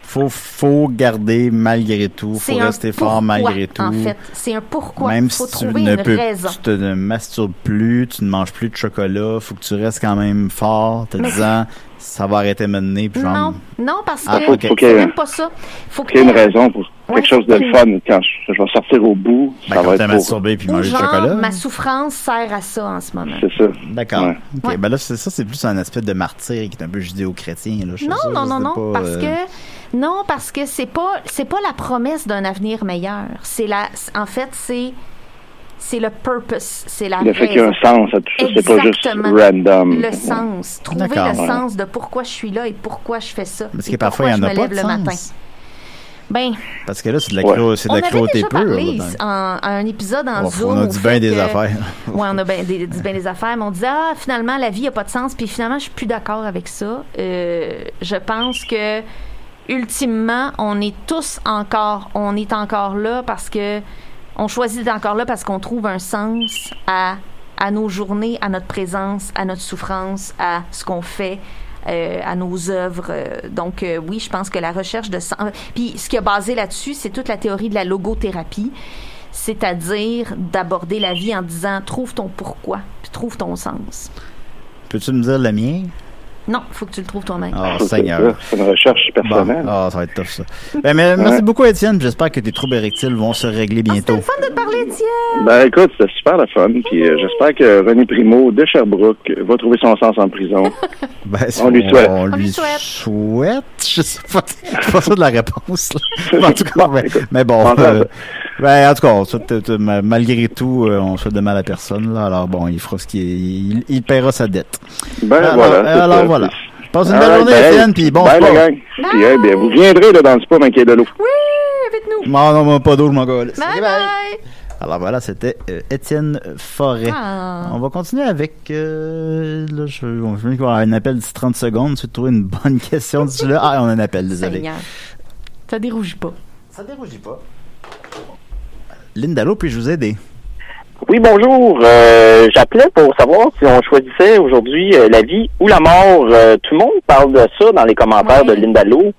[SPEAKER 5] faut, faut garder malgré tout. Faut
[SPEAKER 6] C'est un
[SPEAKER 5] rester fort
[SPEAKER 6] pourquoi,
[SPEAKER 5] malgré tout.
[SPEAKER 6] En fait, c'est un pourquoi.
[SPEAKER 5] Même
[SPEAKER 6] faut
[SPEAKER 5] si tu
[SPEAKER 6] trouver
[SPEAKER 5] ne
[SPEAKER 6] une
[SPEAKER 5] peux,
[SPEAKER 6] raison.
[SPEAKER 5] tu te ne masturbes plus, tu ne manges plus de chocolat, faut que tu restes quand même fort, te
[SPEAKER 6] Mais-
[SPEAKER 5] disant, ça va arrêter maintenant, puis je vais en-
[SPEAKER 6] Non, non, parce que
[SPEAKER 5] Ah, faut- faut
[SPEAKER 6] c'est
[SPEAKER 5] que-
[SPEAKER 6] même pas ça. Faut que
[SPEAKER 8] C'est une
[SPEAKER 6] t'aies-
[SPEAKER 8] raison pour
[SPEAKER 6] Ouais,
[SPEAKER 8] quelque chose de le fun. Quand je, je vais sortir au bout,
[SPEAKER 5] Ben,
[SPEAKER 8] ça va être pour...
[SPEAKER 5] puis
[SPEAKER 6] Ou
[SPEAKER 5] manger du
[SPEAKER 6] genre,
[SPEAKER 5] chocolat.
[SPEAKER 6] ma souffrance sert à ça en ce moment.
[SPEAKER 8] C'est ça.
[SPEAKER 5] D'accord.
[SPEAKER 8] Ouais.
[SPEAKER 5] Ok, ben là, c'est ça, c'est plus un aspect de martyr qui est un peu judéo-chrétien. là. Je suis
[SPEAKER 6] Non,
[SPEAKER 5] sûr,
[SPEAKER 6] non,
[SPEAKER 5] je
[SPEAKER 6] non,
[SPEAKER 5] sais
[SPEAKER 6] non,
[SPEAKER 5] pas,
[SPEAKER 6] parce
[SPEAKER 5] euh,
[SPEAKER 6] que non, parce que c'est pas c'est pas la promesse d'un avenir meilleur. C'est la, en fait, c'est c'est le purpose, c'est la
[SPEAKER 8] Le fait qu'il y a un
[SPEAKER 6] raison.
[SPEAKER 8] sens à tout ça, c'est pas juste
[SPEAKER 6] Exactement.
[SPEAKER 8] random.
[SPEAKER 6] Le
[SPEAKER 8] Ouais.
[SPEAKER 6] sens, trouver
[SPEAKER 8] D'accord.
[SPEAKER 6] le
[SPEAKER 8] Ouais.
[SPEAKER 6] sens de pourquoi je suis là et pourquoi je fais ça.
[SPEAKER 5] Parce
[SPEAKER 6] et
[SPEAKER 5] que parfois,
[SPEAKER 6] pourquoi
[SPEAKER 5] il y en
[SPEAKER 6] je
[SPEAKER 5] a
[SPEAKER 6] me
[SPEAKER 5] pas
[SPEAKER 6] lève
[SPEAKER 5] de
[SPEAKER 6] le
[SPEAKER 5] sens.
[SPEAKER 6] matin. Ben,
[SPEAKER 5] Parce que là, c'est de la, cro- c'est de
[SPEAKER 6] on
[SPEAKER 5] la
[SPEAKER 6] avait
[SPEAKER 5] cruauté
[SPEAKER 6] déjà
[SPEAKER 5] pure. là,
[SPEAKER 6] parlé
[SPEAKER 5] donc.
[SPEAKER 6] en, à un épisode en
[SPEAKER 5] On-
[SPEAKER 6] Zoom.
[SPEAKER 5] on a
[SPEAKER 6] au
[SPEAKER 5] dit
[SPEAKER 6] fait
[SPEAKER 5] bien des
[SPEAKER 6] que-
[SPEAKER 5] affaires.
[SPEAKER 6] [laughs]
[SPEAKER 5] [laughs]
[SPEAKER 6] ouais, on a ben des- dit bien des affaires, mais on disait, ah, finalement, la vie n'a pas de sens, puis finalement, je suis plus d'accord avec ça. Euh, je pense que, ultimement, on est tous encore, on est encore là parce que, on choisit d'être encore là parce qu'on trouve un sens à, à nos journées, à notre présence, à notre souffrance, à ce qu'on fait. euh, à nos œuvres. Euh, Donc, euh, oui, je pense que la recherche de sens. Puis, ce qui a basé là-dessus, c'est toute la théorie de la logothérapie c'est-à-dire d'aborder la vie en disant trouve ton pourquoi, puis trouve ton sens.
[SPEAKER 5] Peux-tu me dire le mien?
[SPEAKER 6] Non, faut que tu le trouves toi-même.
[SPEAKER 5] Oh, Seigneur.
[SPEAKER 8] C'est une recherche personnelle.
[SPEAKER 5] Bon. Ah, ça va être tough, ça. Ben, mais, Merci beaucoup, Étienne. J'espère que tes troubles érectiles vont se régler bientôt.
[SPEAKER 6] Ah, Fun de te parler, tiens.
[SPEAKER 8] Ben écoute, c'était super le fun. Puis euh, j'espère que René Primo de Sherbrooke va trouver son sens en prison.
[SPEAKER 5] [laughs] Ben,
[SPEAKER 8] On lui souhaite.
[SPEAKER 5] On
[SPEAKER 6] On
[SPEAKER 5] lui
[SPEAKER 6] lui souhaite.
[SPEAKER 5] souhaite. Je sais pas. Je suis pas sûr de la réponse.
[SPEAKER 8] [laughs]
[SPEAKER 5] là. en tout cas, ben, mais bon.
[SPEAKER 8] Pensez à
[SPEAKER 5] euh, ben, en tout cas, on souhaite, euh, euh, ma- malgré tout, euh, on souhaite de mal à personne. Là, alors bon, il fera ce qu'il il, il paiera sa dette.
[SPEAKER 8] Ben
[SPEAKER 5] Alors, euh,
[SPEAKER 8] voilà. c'est
[SPEAKER 5] alors,
[SPEAKER 8] ça.
[SPEAKER 5] voilà. Passe une
[SPEAKER 8] All
[SPEAKER 5] belle
[SPEAKER 8] right,
[SPEAKER 5] journée,
[SPEAKER 8] ben,
[SPEAKER 5] Étienne, puis bon
[SPEAKER 8] Bye
[SPEAKER 5] sport.
[SPEAKER 8] la gang. Puis eh bien, vous viendrez là, dans le spa, mais qu'il y ait de l'eau.
[SPEAKER 6] Oui, avec nous.
[SPEAKER 5] Non, non, moi, pas d'eau, je m'en calisse.
[SPEAKER 6] Bye
[SPEAKER 5] Ok,
[SPEAKER 6] bye.
[SPEAKER 5] Alors voilà, c'était euh, Étienne Forêt.
[SPEAKER 6] Ah.
[SPEAKER 5] On va continuer avec euh, là, je, on, je vais avoir un appel d'ici 30 secondes. Tu trouver une bonne question d'ici là. Ah, on a un appel, désolé.
[SPEAKER 6] Seigneur. Ça dérougit pas.
[SPEAKER 5] Ça dérougit pas. Linda Lowe, puis-je vous aider?
[SPEAKER 9] Oui, bonjour. Euh, J'appelais pour savoir si on choisissait aujourd'hui euh, la vie ou la mort. Euh, tout le monde parle de ça dans les commentaires
[SPEAKER 6] Ouais.
[SPEAKER 9] de Linda Lowe,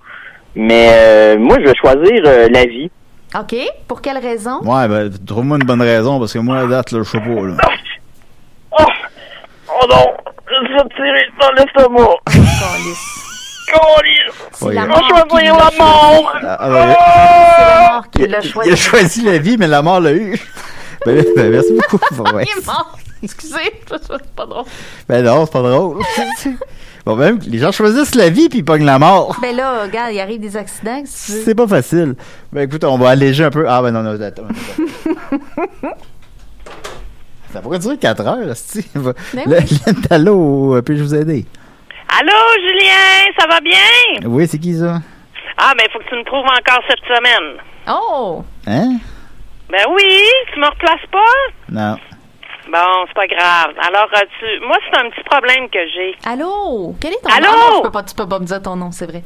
[SPEAKER 9] mais euh, moi, je vais choisir euh, la vie.
[SPEAKER 6] OK. Pour quelle raison? [laughs]
[SPEAKER 5] Ouais, ben, trouve-moi une bonne raison, parce que moi, à date, là, je sais pas, là.
[SPEAKER 9] Oh, oh non, je suis tiré dans l'estomac.
[SPEAKER 6] Calisse. C'est
[SPEAKER 5] Ouais,
[SPEAKER 6] la
[SPEAKER 5] il-
[SPEAKER 6] mort. qui l'a choisi.
[SPEAKER 5] Ah, ah, ben,
[SPEAKER 6] C'est la mort qui l'a
[SPEAKER 5] il a
[SPEAKER 6] choisi.
[SPEAKER 5] choisi la vie, mais la mort l'a eu. [laughs] Ben, ben, merci beaucoup. Bon, [laughs] ouais.
[SPEAKER 6] Il est mort. Excusez, [laughs] c'est pas
[SPEAKER 5] [laughs]
[SPEAKER 6] drôle.
[SPEAKER 5] Ben non, c'est pas drôle. bon, même, les gens choisissent la vie, puis ils pognent la mort.
[SPEAKER 6] Ben là, regarde, il arrive des accidents. qu'est-ce que tu veux?
[SPEAKER 5] C'est pas facile. Ben écoute, on va alléger un peu. Ah ben non, non, attends. attends. Ça pourrait durer 4 heures, si.
[SPEAKER 6] Ben
[SPEAKER 5] L'Intalo, euh, puis-je vous aider?
[SPEAKER 10] Allô, Julien, ça va bien?
[SPEAKER 5] Oui, c'est qui ça?
[SPEAKER 10] Ah, ben, faut que tu me trouves encore cette semaine.
[SPEAKER 6] Oh!
[SPEAKER 5] Hein?
[SPEAKER 10] Ben oui, tu me replaces pas?
[SPEAKER 5] Non.
[SPEAKER 10] Bon, c'est pas grave. Alors, euh, tu, moi, c'est un petit problème que j'ai.
[SPEAKER 6] Allô? Quel est ton
[SPEAKER 10] Allô?
[SPEAKER 6] nom? Ah non, je peux pas, tu peux pas me dire ton nom, c'est vrai.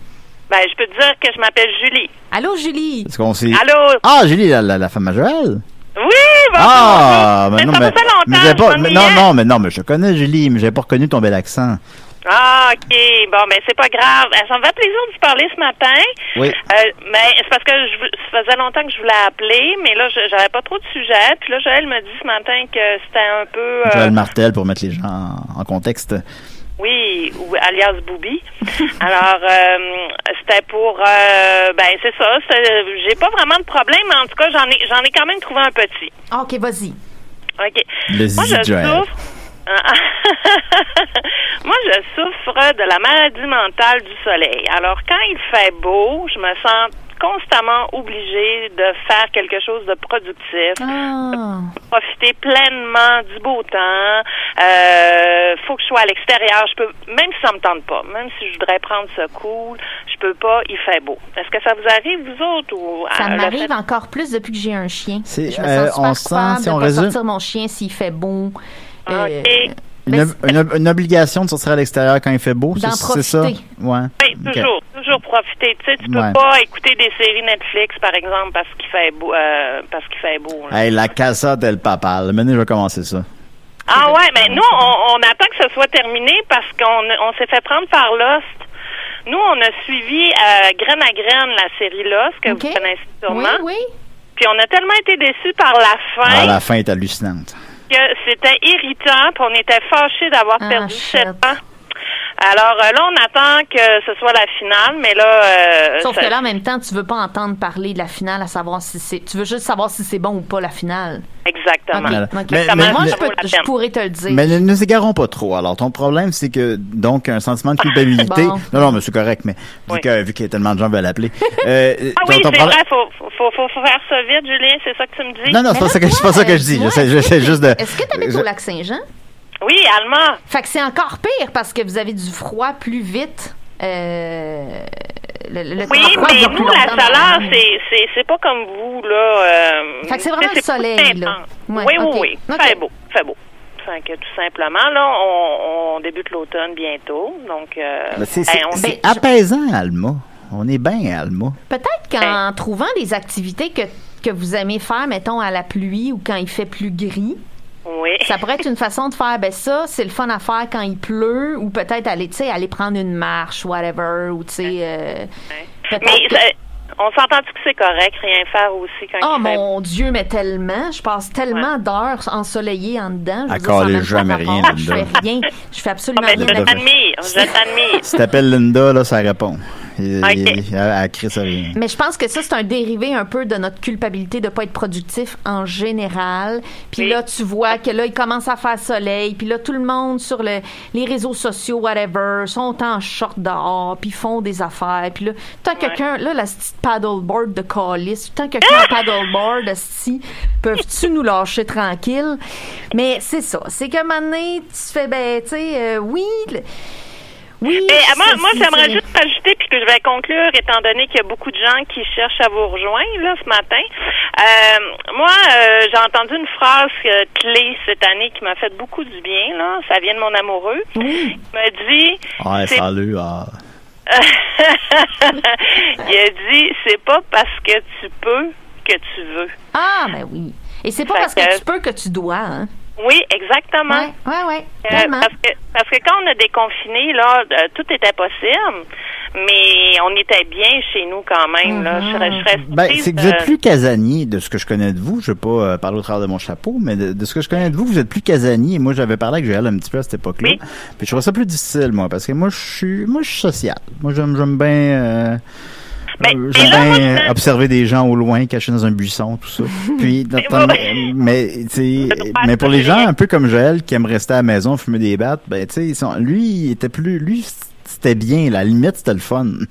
[SPEAKER 10] Ben, je peux te dire que je m'appelle Julie.
[SPEAKER 6] Allô, Julie?
[SPEAKER 5] Est-ce qu'on s'est.
[SPEAKER 10] Allô?
[SPEAKER 5] Ah, Julie, la, la, la femme à Joël?
[SPEAKER 10] Oui, bon,
[SPEAKER 5] ah,
[SPEAKER 10] bonjour.
[SPEAKER 5] mais non,
[SPEAKER 10] ça
[SPEAKER 5] mais.
[SPEAKER 10] fait longtemps,
[SPEAKER 5] mais j'avais pas,
[SPEAKER 10] je
[SPEAKER 5] mais non,
[SPEAKER 10] m'ennuyais.
[SPEAKER 5] non, mais non, mais je connais Julie, mais j'avais pas reconnu ton bel accent.
[SPEAKER 10] Ah, OK. Bon, ben, c'est pas grave. Euh, Ça me fait plaisir de vous parler ce matin.
[SPEAKER 5] Oui.
[SPEAKER 10] Euh, mais c'est parce que je, vou- ça faisait longtemps que je voulais appeler, mais là, je- j'avais pas trop de sujets. Puis là, Joël me dit ce matin que c'était un peu... euh,
[SPEAKER 5] Joël Martel pour mettre les gens en, en contexte.
[SPEAKER 10] Oui, ou alias Booby. Alors, euh, c'était pour, euh, ben c'est ça. c'est- J'ai pas vraiment de problème, mais en tout cas, j'en ai, j'en ai quand même trouvé un petit.
[SPEAKER 6] OK, vas-y.
[SPEAKER 10] Ok.
[SPEAKER 5] Le
[SPEAKER 10] Moi,
[SPEAKER 5] zizi
[SPEAKER 10] je
[SPEAKER 5] de Joël.
[SPEAKER 10] souffre. [laughs] Moi, je souffre de la maladie mentale du soleil. Alors, quand il fait beau, je me sens constamment obligée de faire quelque chose de productif,
[SPEAKER 6] Ah.
[SPEAKER 10] profiter pleinement du beau temps. Euh, faut que je sois à l'extérieur. Je peux, même si ça me tente pas, même si je voudrais prendre ce cool, je peux pas. Il fait beau. Est-ce que ça vous arrive vous autres ou
[SPEAKER 6] Ça
[SPEAKER 10] euh, le fait-
[SPEAKER 6] m'arrive encore plus depuis que j'ai un chien. Je
[SPEAKER 5] C'est,
[SPEAKER 6] me sens
[SPEAKER 5] euh,
[SPEAKER 6] super coupable
[SPEAKER 5] on sent,
[SPEAKER 6] de
[SPEAKER 5] si on
[SPEAKER 6] pas
[SPEAKER 5] résume-
[SPEAKER 6] sortir mon chien s'il fait bon. Euh,
[SPEAKER 10] Ok.
[SPEAKER 5] Une,
[SPEAKER 6] ben,
[SPEAKER 5] ob- une ob- une obligation de sortir à l'extérieur quand il fait beau,
[SPEAKER 6] D'en
[SPEAKER 5] c'est c'est ça?
[SPEAKER 6] profiter.
[SPEAKER 5] Ouais.
[SPEAKER 10] Oui,
[SPEAKER 5] Ok.
[SPEAKER 10] Ben, toujours, toujours profiter. Tu sais, tu peux
[SPEAKER 5] Ouais.
[SPEAKER 10] pas écouter des séries Netflix, par exemple, parce qu'il fait beau, euh, parce qu'il fait beau. là.
[SPEAKER 5] Hey, la casa del papal. Maintenant, je vais commencer ça.
[SPEAKER 10] ben, Ah ouais, mais nous, on, on attend que ce soit terminé parce qu'on on s'est fait prendre par Lost. Nous, on a suivi euh, graine à graine la série là, ce que vous connaissez sûrement.
[SPEAKER 6] Oui, oui.
[SPEAKER 10] Puis on a tellement été déçus par la fin
[SPEAKER 5] Ah, la fin est hallucinante.
[SPEAKER 10] que c'était irritant, puis on était fâchés d'avoir
[SPEAKER 5] Ah,
[SPEAKER 10] perdu sept ans. Alors euh, là, on attend que ce soit la finale, mais là... euh,
[SPEAKER 6] Sauf
[SPEAKER 10] ça-
[SPEAKER 6] que là, en même temps, tu veux pas entendre parler de la finale à savoir si c'est. Tu veux juste savoir si c'est bon ou pas la finale.
[SPEAKER 10] Exactement.
[SPEAKER 5] Voilà.
[SPEAKER 6] Ok,
[SPEAKER 5] Mais-
[SPEAKER 6] ok.
[SPEAKER 5] mais-
[SPEAKER 6] moi,
[SPEAKER 5] mais-
[SPEAKER 6] je, peux-
[SPEAKER 5] ça vaut la
[SPEAKER 6] je
[SPEAKER 5] peine.
[SPEAKER 6] pourrais te le dire.
[SPEAKER 5] Mais ne, ne s'égarons pas trop. Alors, ton problème, c'est que, donc, un sentiment de
[SPEAKER 6] [laughs]
[SPEAKER 5] culpabilité.
[SPEAKER 6] Bon.
[SPEAKER 5] Non, non, mais c'est correct, mais vu
[SPEAKER 10] Oui.
[SPEAKER 5] que- vu qu'il y a tellement de gens qui veulent appeler. Euh,
[SPEAKER 10] [laughs] Ah oui,
[SPEAKER 5] ton- ton
[SPEAKER 10] c'est
[SPEAKER 5] problème-
[SPEAKER 10] vrai, faut, faut, faut faut faire ça vite, Julien, c'est ça que tu me dis?
[SPEAKER 5] Non, non, c'est pas, ça que- c'est pas ça que je dis. J'essaie j'essaie juste de.
[SPEAKER 6] Est-ce que tu habites
[SPEAKER 5] je-
[SPEAKER 6] au lac Saint-Jean?
[SPEAKER 10] Oui, allemand.
[SPEAKER 6] Fait que c'est encore pire parce que vous avez du froid plus vite. Euh, le, le- le
[SPEAKER 10] Oui,
[SPEAKER 6] temps froid
[SPEAKER 10] mais
[SPEAKER 6] dure plus
[SPEAKER 10] nous, la
[SPEAKER 6] longtemps dans
[SPEAKER 10] chaleur,
[SPEAKER 6] nuit.
[SPEAKER 10] c'est, c'est, c'est pas comme vous, là. euh,
[SPEAKER 6] Fait que c'est vraiment le
[SPEAKER 10] plus
[SPEAKER 6] soleil, là.
[SPEAKER 10] intense.
[SPEAKER 6] Ouais,
[SPEAKER 10] oui,
[SPEAKER 6] ok.
[SPEAKER 10] oui, oui.
[SPEAKER 6] Ok.
[SPEAKER 10] Fait beau, fait beau. Fait que tout simplement, là, on, on débute l'automne bientôt, donc... euh,
[SPEAKER 5] Mais C'est
[SPEAKER 10] ben,
[SPEAKER 5] c'est-
[SPEAKER 10] on-
[SPEAKER 5] c'est apaisant, Alma. On est bien, Alma.
[SPEAKER 6] Peut-être qu'en trouvant des activités que, que vous aimez faire, mettons à la pluie ou quand il fait plus gris,
[SPEAKER 10] Oui.
[SPEAKER 6] ça pourrait être une façon de faire. Ben ça, c'est le fun à faire quand il pleut ou peut-être aller, tu sais, aller prendre une marche, whatever, ou tu sais. euh, peut-être
[SPEAKER 10] Mais
[SPEAKER 6] que-
[SPEAKER 10] ça- on s'entend-tu que c'est correct, rien faire aussi quand
[SPEAKER 6] Oh
[SPEAKER 10] il fait...
[SPEAKER 6] mon Dieu, mais tellement, je passe tellement d'heures ensoleillées en dedans. Je veux dire,
[SPEAKER 5] Encore
[SPEAKER 6] ça
[SPEAKER 5] les
[SPEAKER 6] n'a même
[SPEAKER 5] gens,
[SPEAKER 6] pas
[SPEAKER 5] mais
[SPEAKER 6] rapport.
[SPEAKER 5] rien,
[SPEAKER 6] Je fais
[SPEAKER 5] Linda.
[SPEAKER 6] rien. Je fais absolument
[SPEAKER 10] Mais
[SPEAKER 6] rien.
[SPEAKER 10] Ah, ben, je t'admire, je t'admire.
[SPEAKER 5] Si t'appelles Linda, là, ça répond. Il-
[SPEAKER 6] Ok.
[SPEAKER 5] il- Elle elle crie ça rien.
[SPEAKER 6] Mais je pense que ça, c'est un dérivé un peu de notre culpabilité de ne pas être productif en général. Puis là, tu vois que là, il commence à faire soleil. Puis là, tout le monde sur le- les réseaux sociaux, whatever, sont en short dehors, puis font des affaires. Puis là, tant que quelqu'un, là, la petite paddleboard de calice, tant que
[SPEAKER 10] [laughs]
[SPEAKER 6] quelqu'un a paddleboard, si peuvent-tu nous lâcher tranquille? Mais c'est ça. C'est que maintenant, tu fais, ben, tu sais, euh, oui. le- Oui,
[SPEAKER 10] Mais euh, moi,
[SPEAKER 6] c'est-
[SPEAKER 10] moi
[SPEAKER 6] c'est-
[SPEAKER 10] j'aimerais
[SPEAKER 6] c'est-
[SPEAKER 10] juste rajouter, puis que je vais conclure, étant donné qu'il y a beaucoup de gens qui cherchent à vous rejoindre là, ce matin. Euh, moi, euh, j'ai entendu une phrase euh, clé cette année qui m'a fait beaucoup du bien. Là. Ça vient de mon amoureux. Il m'a dit...
[SPEAKER 5] Ah,
[SPEAKER 10] c'est-
[SPEAKER 5] salut. Ah.
[SPEAKER 10] Euh, [laughs] Il a dit, c'est pas parce que tu peux que tu veux.
[SPEAKER 6] Ah, ben oui. Et c'est pas
[SPEAKER 10] Fait
[SPEAKER 6] parce que,
[SPEAKER 10] que-
[SPEAKER 6] tu peux que tu dois, hein?
[SPEAKER 10] Oui, exactement.
[SPEAKER 6] Ouais, ouais, ouais.
[SPEAKER 10] Euh,
[SPEAKER 6] Tellement.
[SPEAKER 10] parce, que, parce que quand on a déconfiné, là, euh, tout était possible, mais on était bien chez nous quand même. là. Je serais- je serais
[SPEAKER 5] Ben,
[SPEAKER 10] surprise,
[SPEAKER 5] c'est que vous êtes
[SPEAKER 10] euh,
[SPEAKER 5] plus casanier de ce que je connais de vous. Je ne vais pas euh, parler au travers de mon chapeau, mais de, de ce que je connais de vous, vous êtes plus casanier. Moi, j'avais parlé avec Joël un petit peu à cette époque-là.
[SPEAKER 10] Oui.
[SPEAKER 5] Puis je trouvais ça plus difficile, moi, parce que moi, je suis, moi, je suis social. Moi, j'aime, j'aime bien, euh,
[SPEAKER 10] Ben,
[SPEAKER 5] euh, j'aime bien euh, observer des gens au loin, cachés dans un buisson,
[SPEAKER 10] [laughs]
[SPEAKER 5] tout ça. Puis, d'entendre- mais, tu sais, mais pour les gens un peu comme Joël, qui aiment rester à la maison, fumer des battes, ben, tu sais, ils sont- lui, il était plus, lui, c'était bien. La limite, c'était le fun.
[SPEAKER 10] Mais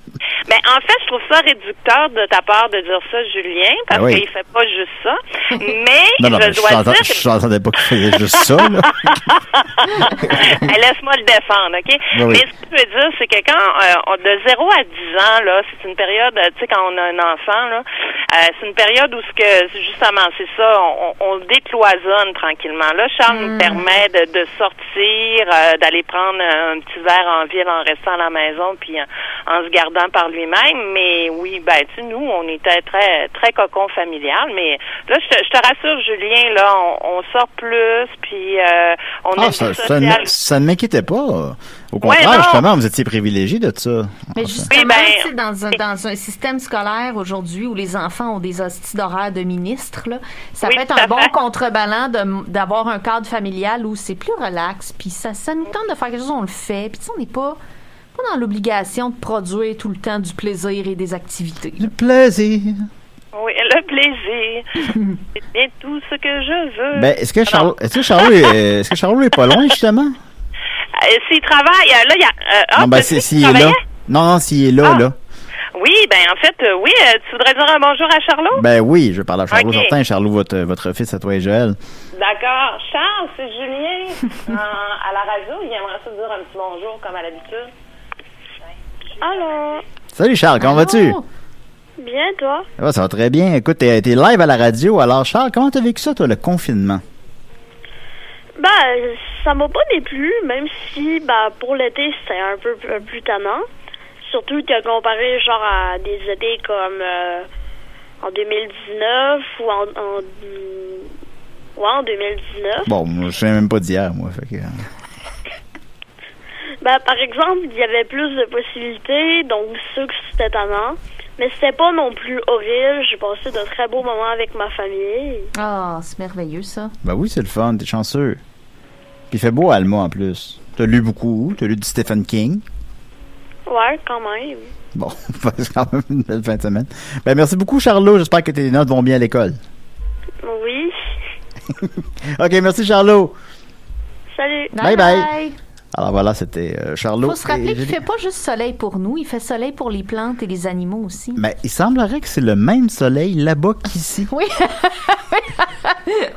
[SPEAKER 10] Ben, en fait, je trouve ça réducteur de ta part de dire ça, Julien, parce
[SPEAKER 5] Ah oui.
[SPEAKER 10] qu'il fait pas juste
[SPEAKER 5] [laughs]
[SPEAKER 10] ça. Mais
[SPEAKER 5] Non, non,
[SPEAKER 10] je
[SPEAKER 5] mais je
[SPEAKER 10] dois
[SPEAKER 5] t'entends-
[SPEAKER 10] dire,
[SPEAKER 5] je t'entendais pas qu'il faisait juste
[SPEAKER 10] [laughs]
[SPEAKER 5] ça, là.
[SPEAKER 10] Eh, laisse-moi le défendre, OK?
[SPEAKER 5] Ben oui.
[SPEAKER 10] Mais ce que je veux dire, c'est que quand euh, on- de 0 à 10 ans, là, c'est une période, euh, tu sais, quand on a un enfant, là, euh, c'est une période où, ce que justement, c'est ça, on, on décloisonne tranquillement. Là, Charles nous permet de, de sortir, euh, d'aller prendre un petit verre en ville en restant à la maison, puis en, en se gardant par lui-même. Mais oui, ben, tu sais, nous, on était très, très cocon familial. Mais là, je te, je te rassure, Julien, là, on, on sort plus, puis euh, on
[SPEAKER 5] Ah,
[SPEAKER 10] est
[SPEAKER 5] ça,
[SPEAKER 10] plus
[SPEAKER 5] ça,
[SPEAKER 10] social.
[SPEAKER 5] ne- ça ne m'inquiétait pas. Au
[SPEAKER 10] Ouais,
[SPEAKER 5] contraire,
[SPEAKER 10] non. Euh,
[SPEAKER 5] justement, vous étiez privilégié de ça.
[SPEAKER 6] Mais
[SPEAKER 5] Enfin,
[SPEAKER 6] justement,
[SPEAKER 10] ben,
[SPEAKER 6] tu sais, dans, un, dans un système scolaire aujourd'hui où les enfants ont des hosties d'horaire de ministre, là, ça
[SPEAKER 10] Oui,
[SPEAKER 6] peut être
[SPEAKER 10] tout à
[SPEAKER 6] un bon
[SPEAKER 10] fait.
[SPEAKER 6] contrebalan de- d'avoir un cadre familial où c'est plus relax, puis ça, ça nous tente de faire quelque chose, on le fait, puis tu sais, on n'est pas, pas dans l'obligation de produire tout le temps du plaisir et des activités.
[SPEAKER 5] Le plaisir.
[SPEAKER 10] Oui, le
[SPEAKER 5] [laughs]
[SPEAKER 10] plaisir. C'est bien tout ce que je veux.
[SPEAKER 5] Ben, est-ce que Charles, est-ce que Charles,
[SPEAKER 10] [laughs]
[SPEAKER 5] est, euh, est-ce que Charles est pas loin, justement?
[SPEAKER 10] Euh, S'il travaille, euh, là, il y a... euh, ah,
[SPEAKER 5] non, ben,
[SPEAKER 10] peux-tu
[SPEAKER 5] c'est- s'il est là.
[SPEAKER 10] travailler?
[SPEAKER 5] Non, non, s'il est
[SPEAKER 10] Ah.
[SPEAKER 5] là, là.
[SPEAKER 10] Oui, ben en fait, euh, oui, euh, tu voudrais dire un bonjour à Charlot?
[SPEAKER 5] Ben oui, je parle à Charlot,
[SPEAKER 10] Ok.
[SPEAKER 5] certain. Charlot, votre, votre fils à toi et Joël.
[SPEAKER 10] D'accord. Charles, c'est Julien.
[SPEAKER 5] [laughs]
[SPEAKER 10] En- à la radio, il aimerait ça dire un petit bonjour, comme à l'habitude. Allô?
[SPEAKER 5] Salut Charles, comment vas-tu?
[SPEAKER 10] Bien, toi?
[SPEAKER 5] Ça va, ça va très bien. Écoute, t'es, t'es live à la radio. Alors, Charles, comment t'as vécu ça, toi, le confinement?
[SPEAKER 11] Bah, ça m'a pas déplu, même si, bah, pour l'été, c'était un peu p- plus tannant. Surtout que comparé, genre, à des étés comme euh, en 2019 ou en... en ouais, en 2019.
[SPEAKER 10] Hein?
[SPEAKER 5] Bon, moi, je sais même pas d'hier, moi. Fait que, euh,
[SPEAKER 11] Ben, Ben, par exemple, il y avait plus de possibilités, donc ceux que c'était tannant. Mais c'était pas non plus horrible. J'ai passé de très beaux moments avec ma famille.
[SPEAKER 6] Ah, c'est merveilleux, ça.
[SPEAKER 5] Ben oui, c'est le fun, t'es chanceux. Puis il fait beau à Alma en plus. T'as lu beaucoup, t'as lu du Stephen King.
[SPEAKER 11] Ouais, quand même.
[SPEAKER 5] Bon, [laughs] c'est quand même une belle fin de semaine. Ben merci beaucoup, Charlot. J'espère que tes notes vont bien à l'école. [laughs]
[SPEAKER 11] Oui.
[SPEAKER 5] OK, merci, Charlot.
[SPEAKER 11] Salut.
[SPEAKER 5] Bye bye. Alors voilà, c'était euh,
[SPEAKER 6] Il
[SPEAKER 5] Charlot.
[SPEAKER 6] faut se rappeler
[SPEAKER 5] et
[SPEAKER 6] qu'il
[SPEAKER 5] Julie.
[SPEAKER 6] fait pas juste soleil pour nous, il fait soleil pour les plantes et les animaux aussi.
[SPEAKER 5] Ben, il semblerait que c'est le même soleil là-bas qu'ici.
[SPEAKER 6] Oui. [laughs]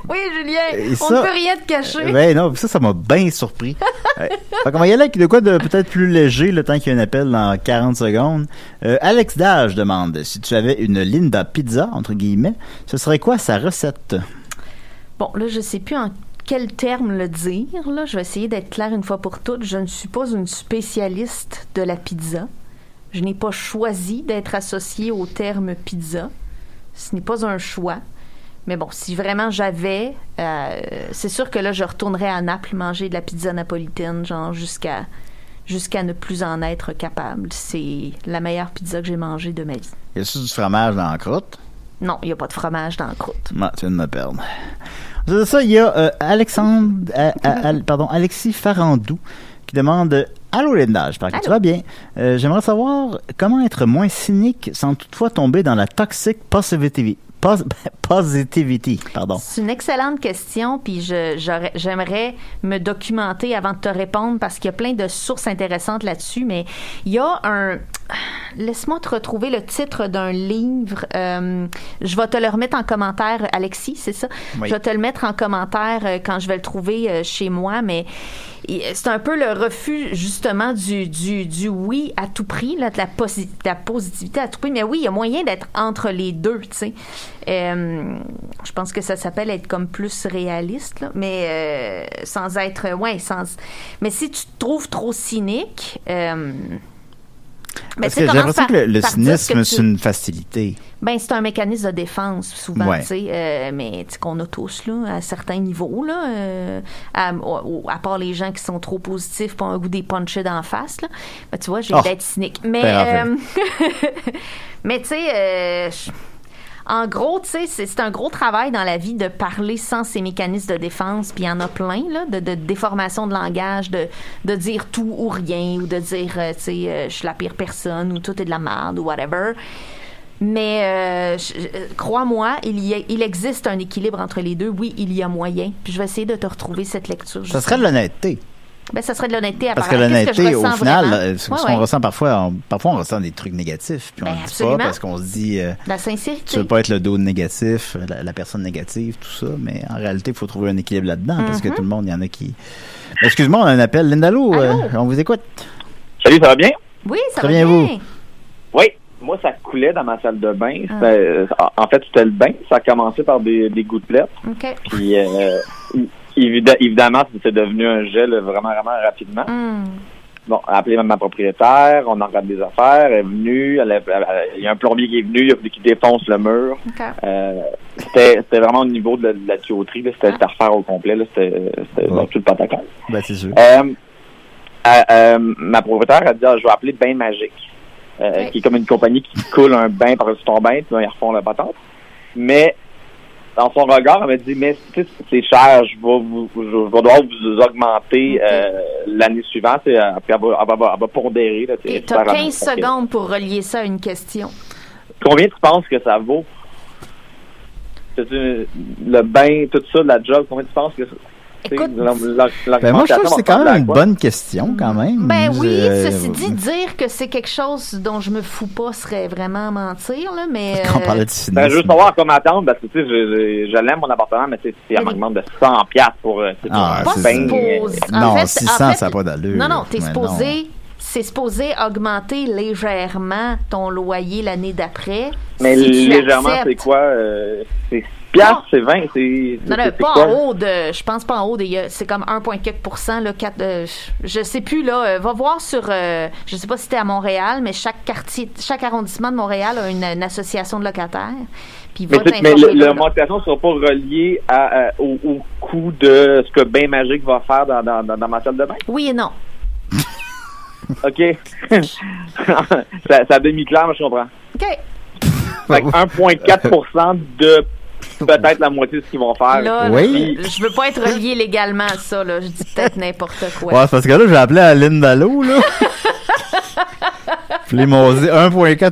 [SPEAKER 6] oui, Julien,
[SPEAKER 5] Et
[SPEAKER 6] on
[SPEAKER 5] ça-
[SPEAKER 6] ne peut rien te cacher.
[SPEAKER 5] Ben non, ça, ça m'a bien surpris. Ouais. Fait qu'on va y aller avec de quoi de peut-être plus léger le temps qu'il y a un appel dans 40 secondes. Euh, Alex Dage demande si tu avais une Linda Pizza, entre guillemets, ce serait quoi sa recette?
[SPEAKER 6] Bon, là, je sais plus en quel terme le dire. Là. Je vais essayer d'être claire une fois pour toutes. Je ne suis pas une spécialiste de la pizza. Je n'ai pas choisi d'être associée au terme pizza. Ce n'est pas un choix. Mais bon, si vraiment j'avais, euh, c'est sûr que là, je retournerais à Naples manger de la pizza napolitaine, genre jusqu'à jusqu'à ne plus en être capable. C'est la meilleure pizza que j'ai mangée de ma vie.
[SPEAKER 5] Y a-tu du fromage dans la croûte?
[SPEAKER 6] Non, il n'y a pas de fromage dans la croûte.
[SPEAKER 5] Ah, tu viens de me perdre. Ensuite de ça, il y a euh, Alexandre, à- à- à- pardon, Alexis Farandou qui demande euh, Allô Linda, j'espère que tu vas bien. Euh, J'aimerais savoir comment être moins cynique sans toutefois tomber dans la toxic positivity. Pos- [laughs] positivity, pardon.
[SPEAKER 6] C'est une excellente question, puis je- j'aurais- j'aimerais me documenter avant de te répondre parce qu'il y a plein de sources intéressantes là-dessus, mais il y a un... Laisse-moi te retrouver le titre d'un livre. Euh, je vais te le remettre en commentaire, Alexis, c'est ça?
[SPEAKER 12] Oui.
[SPEAKER 6] Je vais te le mettre en commentaire euh, quand je vais le trouver euh, chez moi, mais et, euh, c'est un peu le refus, justement, du, du, du oui à tout prix, là, de, la posi- de la positivité à tout prix. Mais oui, il y a moyen d'être entre les deux, tu sais. Euh, je pense que ça s'appelle être comme plus réaliste, là, mais euh, sans être... Ouais, sans... Mais si tu te trouves trop cynique... euh, ben,
[SPEAKER 5] Parce
[SPEAKER 6] tu sais,
[SPEAKER 5] que j'ai
[SPEAKER 6] commence
[SPEAKER 5] l'impression
[SPEAKER 6] par-
[SPEAKER 5] que le, le
[SPEAKER 6] par dire que
[SPEAKER 5] cynisme,
[SPEAKER 6] tu-
[SPEAKER 5] c'est une facilité.
[SPEAKER 6] ben, c'est un mécanisme de défense, souvent,
[SPEAKER 5] Ouais.
[SPEAKER 6] tu sais, euh, mais tu sais, qu'on a tous, là, à certains niveaux, là, euh, à, au- à part les gens qui sont trop positifs pour un goût des punchés d'en face, là. Ben, tu vois, j'ai
[SPEAKER 12] Oh!
[SPEAKER 6] d'être cynique. Mais,
[SPEAKER 12] Ben,
[SPEAKER 6] euh, [laughs] mais tu sais, euh, je- en gros, tu sais, c'est c'est un gros travail dans la vie de parler sans ces mécanismes de défense, puis il y en a plein, là, de, de déformation de langage, de, de dire tout ou rien, ou de dire, euh, tu sais, euh, je suis la pire personne, ou tout est de la merde, ou whatever. Mais euh, je- euh, crois-moi, il, y a- il existe un équilibre entre les deux. Oui, il y a moyen. Puis je vais essayer de te retrouver cette lecture.
[SPEAKER 5] Ça serait de l'honnêteté.
[SPEAKER 6] Ben, ça serait de l'honnêteté.
[SPEAKER 5] Parce que
[SPEAKER 6] apparemment. Qu'est-ce
[SPEAKER 5] l'honnêteté,
[SPEAKER 6] je
[SPEAKER 5] au
[SPEAKER 6] ressens
[SPEAKER 5] final,
[SPEAKER 6] vraiment?
[SPEAKER 5] euh, ce
[SPEAKER 6] Ouais,
[SPEAKER 5] qu'on
[SPEAKER 6] ouais.
[SPEAKER 5] ressent parfois, on- parfois on ressent des trucs négatifs, puis on
[SPEAKER 6] Ben,
[SPEAKER 5] le dit
[SPEAKER 6] absolument.
[SPEAKER 5] pas parce qu'on se dit euh,
[SPEAKER 6] La sincérité.
[SPEAKER 5] tu veux pas être le dos négatif, la, la personne négative, tout ça, mais en réalité, il faut trouver un équilibre là-dedans parce que
[SPEAKER 6] Mhm.
[SPEAKER 5] tout le monde, il y en a qui. Excuse-moi, on a un appel. Linda Lou, euh, on vous écoute.
[SPEAKER 13] Salut, ça va bien?
[SPEAKER 6] Oui, ça
[SPEAKER 5] Très
[SPEAKER 6] va
[SPEAKER 5] bien,
[SPEAKER 6] bien.
[SPEAKER 5] vous.
[SPEAKER 13] Oui, moi, ça coulait dans ma salle de bain.
[SPEAKER 6] Ah.
[SPEAKER 13] C'était, euh, en en fait, c'était le bain. Ça a commencé par des, des gouttelettes.
[SPEAKER 6] OK.
[SPEAKER 13] Puis, euh, évid- évidemment, c'est devenu un gel vraiment, vraiment rapidement.
[SPEAKER 6] Hmm.
[SPEAKER 13] Bon, elle a appelé ma propriétaire, on en regarde des affaires, elle est venue, elle a- elle a- il y a un plombier qui est venu, il a- qui défonce le mur.
[SPEAKER 6] OK.
[SPEAKER 13] Euh, c'était c'était vraiment au niveau de la, de la tuyauterie, là, c'était c'était à refaire au complet, là, c'était c'était dans tout le patacon.
[SPEAKER 5] Ben, c'est sûr.
[SPEAKER 13] Euh, euh, euh, ma propriétaire a dit Ah, je vais appeler Bain Magique, euh,
[SPEAKER 6] Ouais.
[SPEAKER 13] qui est comme une compagnie qui coule un bain par-dessus ton bain, puis là, ils refont la patente. Mais dans son regard, elle m'a dit Mais tu sais, c'est cher, je vais, vous, je vais devoir vous augmenter euh, l'année suivante, et, euh, puis elle va, elle va- elle va pondérer. Là, tu sais,
[SPEAKER 6] Et t'as
[SPEAKER 13] différemment.
[SPEAKER 6] 15
[SPEAKER 13] Fait que,
[SPEAKER 6] secondes pour relier ça à une question.
[SPEAKER 13] Combien tu penses que ça vaut C'est une- Le bain, tout ça, la job, combien tu penses que ça
[SPEAKER 6] Écoute,
[SPEAKER 5] Ben, moi, je trouve que c'est quand même une
[SPEAKER 13] bonne
[SPEAKER 5] bonne question, quand même.
[SPEAKER 6] Ben oui,
[SPEAKER 5] Euh,
[SPEAKER 6] ceci dit, dire que c'est quelque chose dont je me fous pas serait vraiment mentir, là, mais...
[SPEAKER 13] Quand
[SPEAKER 6] euh,
[SPEAKER 13] Ben, juste savoir comment attendre, parce que tu sais, je, je, je l'aime mon appartement, mais tu sais, c'est un manquement de 100$ piastres pour, euh, tu sais, pour
[SPEAKER 5] Ah,
[SPEAKER 13] un
[SPEAKER 5] c'est
[SPEAKER 13] bain.
[SPEAKER 5] ça.
[SPEAKER 13] euh,
[SPEAKER 6] En
[SPEAKER 5] Non,
[SPEAKER 6] fait,
[SPEAKER 5] 600,
[SPEAKER 6] en fait,
[SPEAKER 5] ça n'a pas d'allure.
[SPEAKER 6] Non, non, t'es
[SPEAKER 5] Mais
[SPEAKER 6] supposé... C'est supposé augmenter légèrement ton loyer l'année d'après.
[SPEAKER 13] Ben, Mais
[SPEAKER 6] si tu
[SPEAKER 13] légèrement,
[SPEAKER 6] acceptes.
[SPEAKER 13] c'est quoi? euh, c'est 6$, c'est 20, c'est.
[SPEAKER 6] Non, non,
[SPEAKER 13] c'est- c'est
[SPEAKER 6] pas
[SPEAKER 13] quoi?
[SPEAKER 6] en haut de. Je pense pas en haut. des- il y a- C'est comme 1,4 là, 4, euh, Je sais plus, là. euh, va voir sur. euh, je sais pas si c'était à Montréal, mais chaque quartier, chaque arrondissement de Montréal a une, une association de locataires. Puis
[SPEAKER 13] Mais,
[SPEAKER 6] va
[SPEAKER 13] tu sais, mais le-
[SPEAKER 6] t'informer de là.
[SPEAKER 13] l'augmentation ne sera pas reliée à, à- au, au coût de ce que Bain Magique va faire dans, dans, dans, dans ma salle de bain.
[SPEAKER 6] Oui et non.
[SPEAKER 13] [laughs] OK. [laughs] ça, ça demi-clair, mais je comprends.
[SPEAKER 6] OK.
[SPEAKER 13] Fait que
[SPEAKER 5] Ah
[SPEAKER 13] 1,4
[SPEAKER 5] [laughs]
[SPEAKER 13] de peut-être la moitié de ce qu'ils vont faire.
[SPEAKER 6] Là,
[SPEAKER 5] Oui.
[SPEAKER 6] je, je veux pas être relié légalement à ça, là. Je dis peut-être
[SPEAKER 13] [laughs]
[SPEAKER 6] n'importe quoi.
[SPEAKER 5] Ouais, c'est parce que là, j'ai appelé à Aline
[SPEAKER 6] [laughs]
[SPEAKER 5] Dallot, là. Puis ils m'ont dit 1,4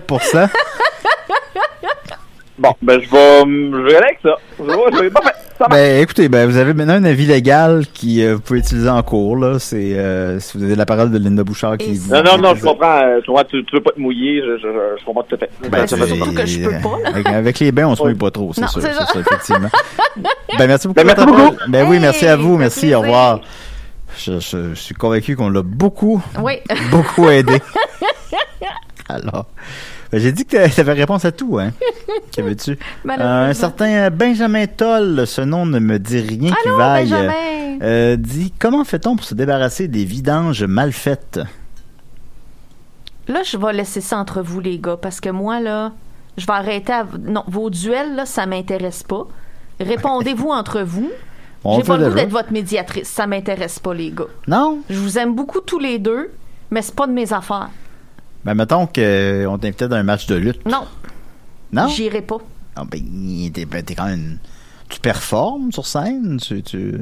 [SPEAKER 13] Bon, ben, je vais. Je vais aller avec ça. Je vais- je vais- parfait. Ça marche.
[SPEAKER 5] Ben, écoutez, ben, vous avez maintenant un avis légal qui euh, vous pouvez utiliser en cours, là. C'est, euh, si vous avez la parole de Linda Bouchard qui vous...
[SPEAKER 13] Non, non, non, je comprends. euh, Je comprends, tu, tu veux pas te mouiller, je, je, je comprends tout à fait.
[SPEAKER 5] Ben,
[SPEAKER 13] Tout à
[SPEAKER 5] tu-
[SPEAKER 13] fait.
[SPEAKER 5] Avec, avec les bains, on se mouille pas trop, c'est
[SPEAKER 13] Non,
[SPEAKER 5] sûr.
[SPEAKER 13] c'est
[SPEAKER 5] c'est
[SPEAKER 13] ça.
[SPEAKER 5] ça, effectivement.
[SPEAKER 13] [laughs]
[SPEAKER 5] ben, merci beaucoup.
[SPEAKER 13] Ben, merci
[SPEAKER 5] Nathan.
[SPEAKER 13] beaucoup.
[SPEAKER 5] Ben oui, merci à vous. Merci, au revoir. Je, je- je suis convaincu qu'on l'a beaucoup,
[SPEAKER 6] [laughs] Oui.
[SPEAKER 5] beaucoup
[SPEAKER 13] [laughs]
[SPEAKER 5] aidé. [laughs] Alors, ben, j'ai dit que t'a- t'avais réponse à
[SPEAKER 6] [laughs]
[SPEAKER 5] tout, hein. Qu'avais-tu?
[SPEAKER 6] Malheureusement.
[SPEAKER 5] un certain Benjamin Toll, ce nom ne me dit rien qui
[SPEAKER 6] Allô,
[SPEAKER 5] vaille,
[SPEAKER 6] Benjamin.
[SPEAKER 5] euh, dit Comment fait-on pour se débarrasser des vidanges mal faites?
[SPEAKER 6] [laughs] Là, je vais laisser ça entre vous, les gars, parce que moi, là, je vais arrêter à... Non, vos duels, là, ça m'intéresse pas. Répondez-vous entre vous.
[SPEAKER 5] On
[SPEAKER 6] J'ai
[SPEAKER 5] fait
[SPEAKER 6] pas le goût
[SPEAKER 5] déjà.
[SPEAKER 6] d'être votre médiatrice. Ça m'intéresse pas, les gars.
[SPEAKER 5] Non?
[SPEAKER 6] Je vous aime beaucoup tous les deux, mais c'est pas de mes affaires.
[SPEAKER 5] Ben, mettons qu'on t'invitait dans un match de lutte.
[SPEAKER 6] Non.
[SPEAKER 5] Non?
[SPEAKER 6] J'irai pas.
[SPEAKER 5] Ah ben, t'es, ben, t'es quand même. Tu performes sur scène? Tu. tu...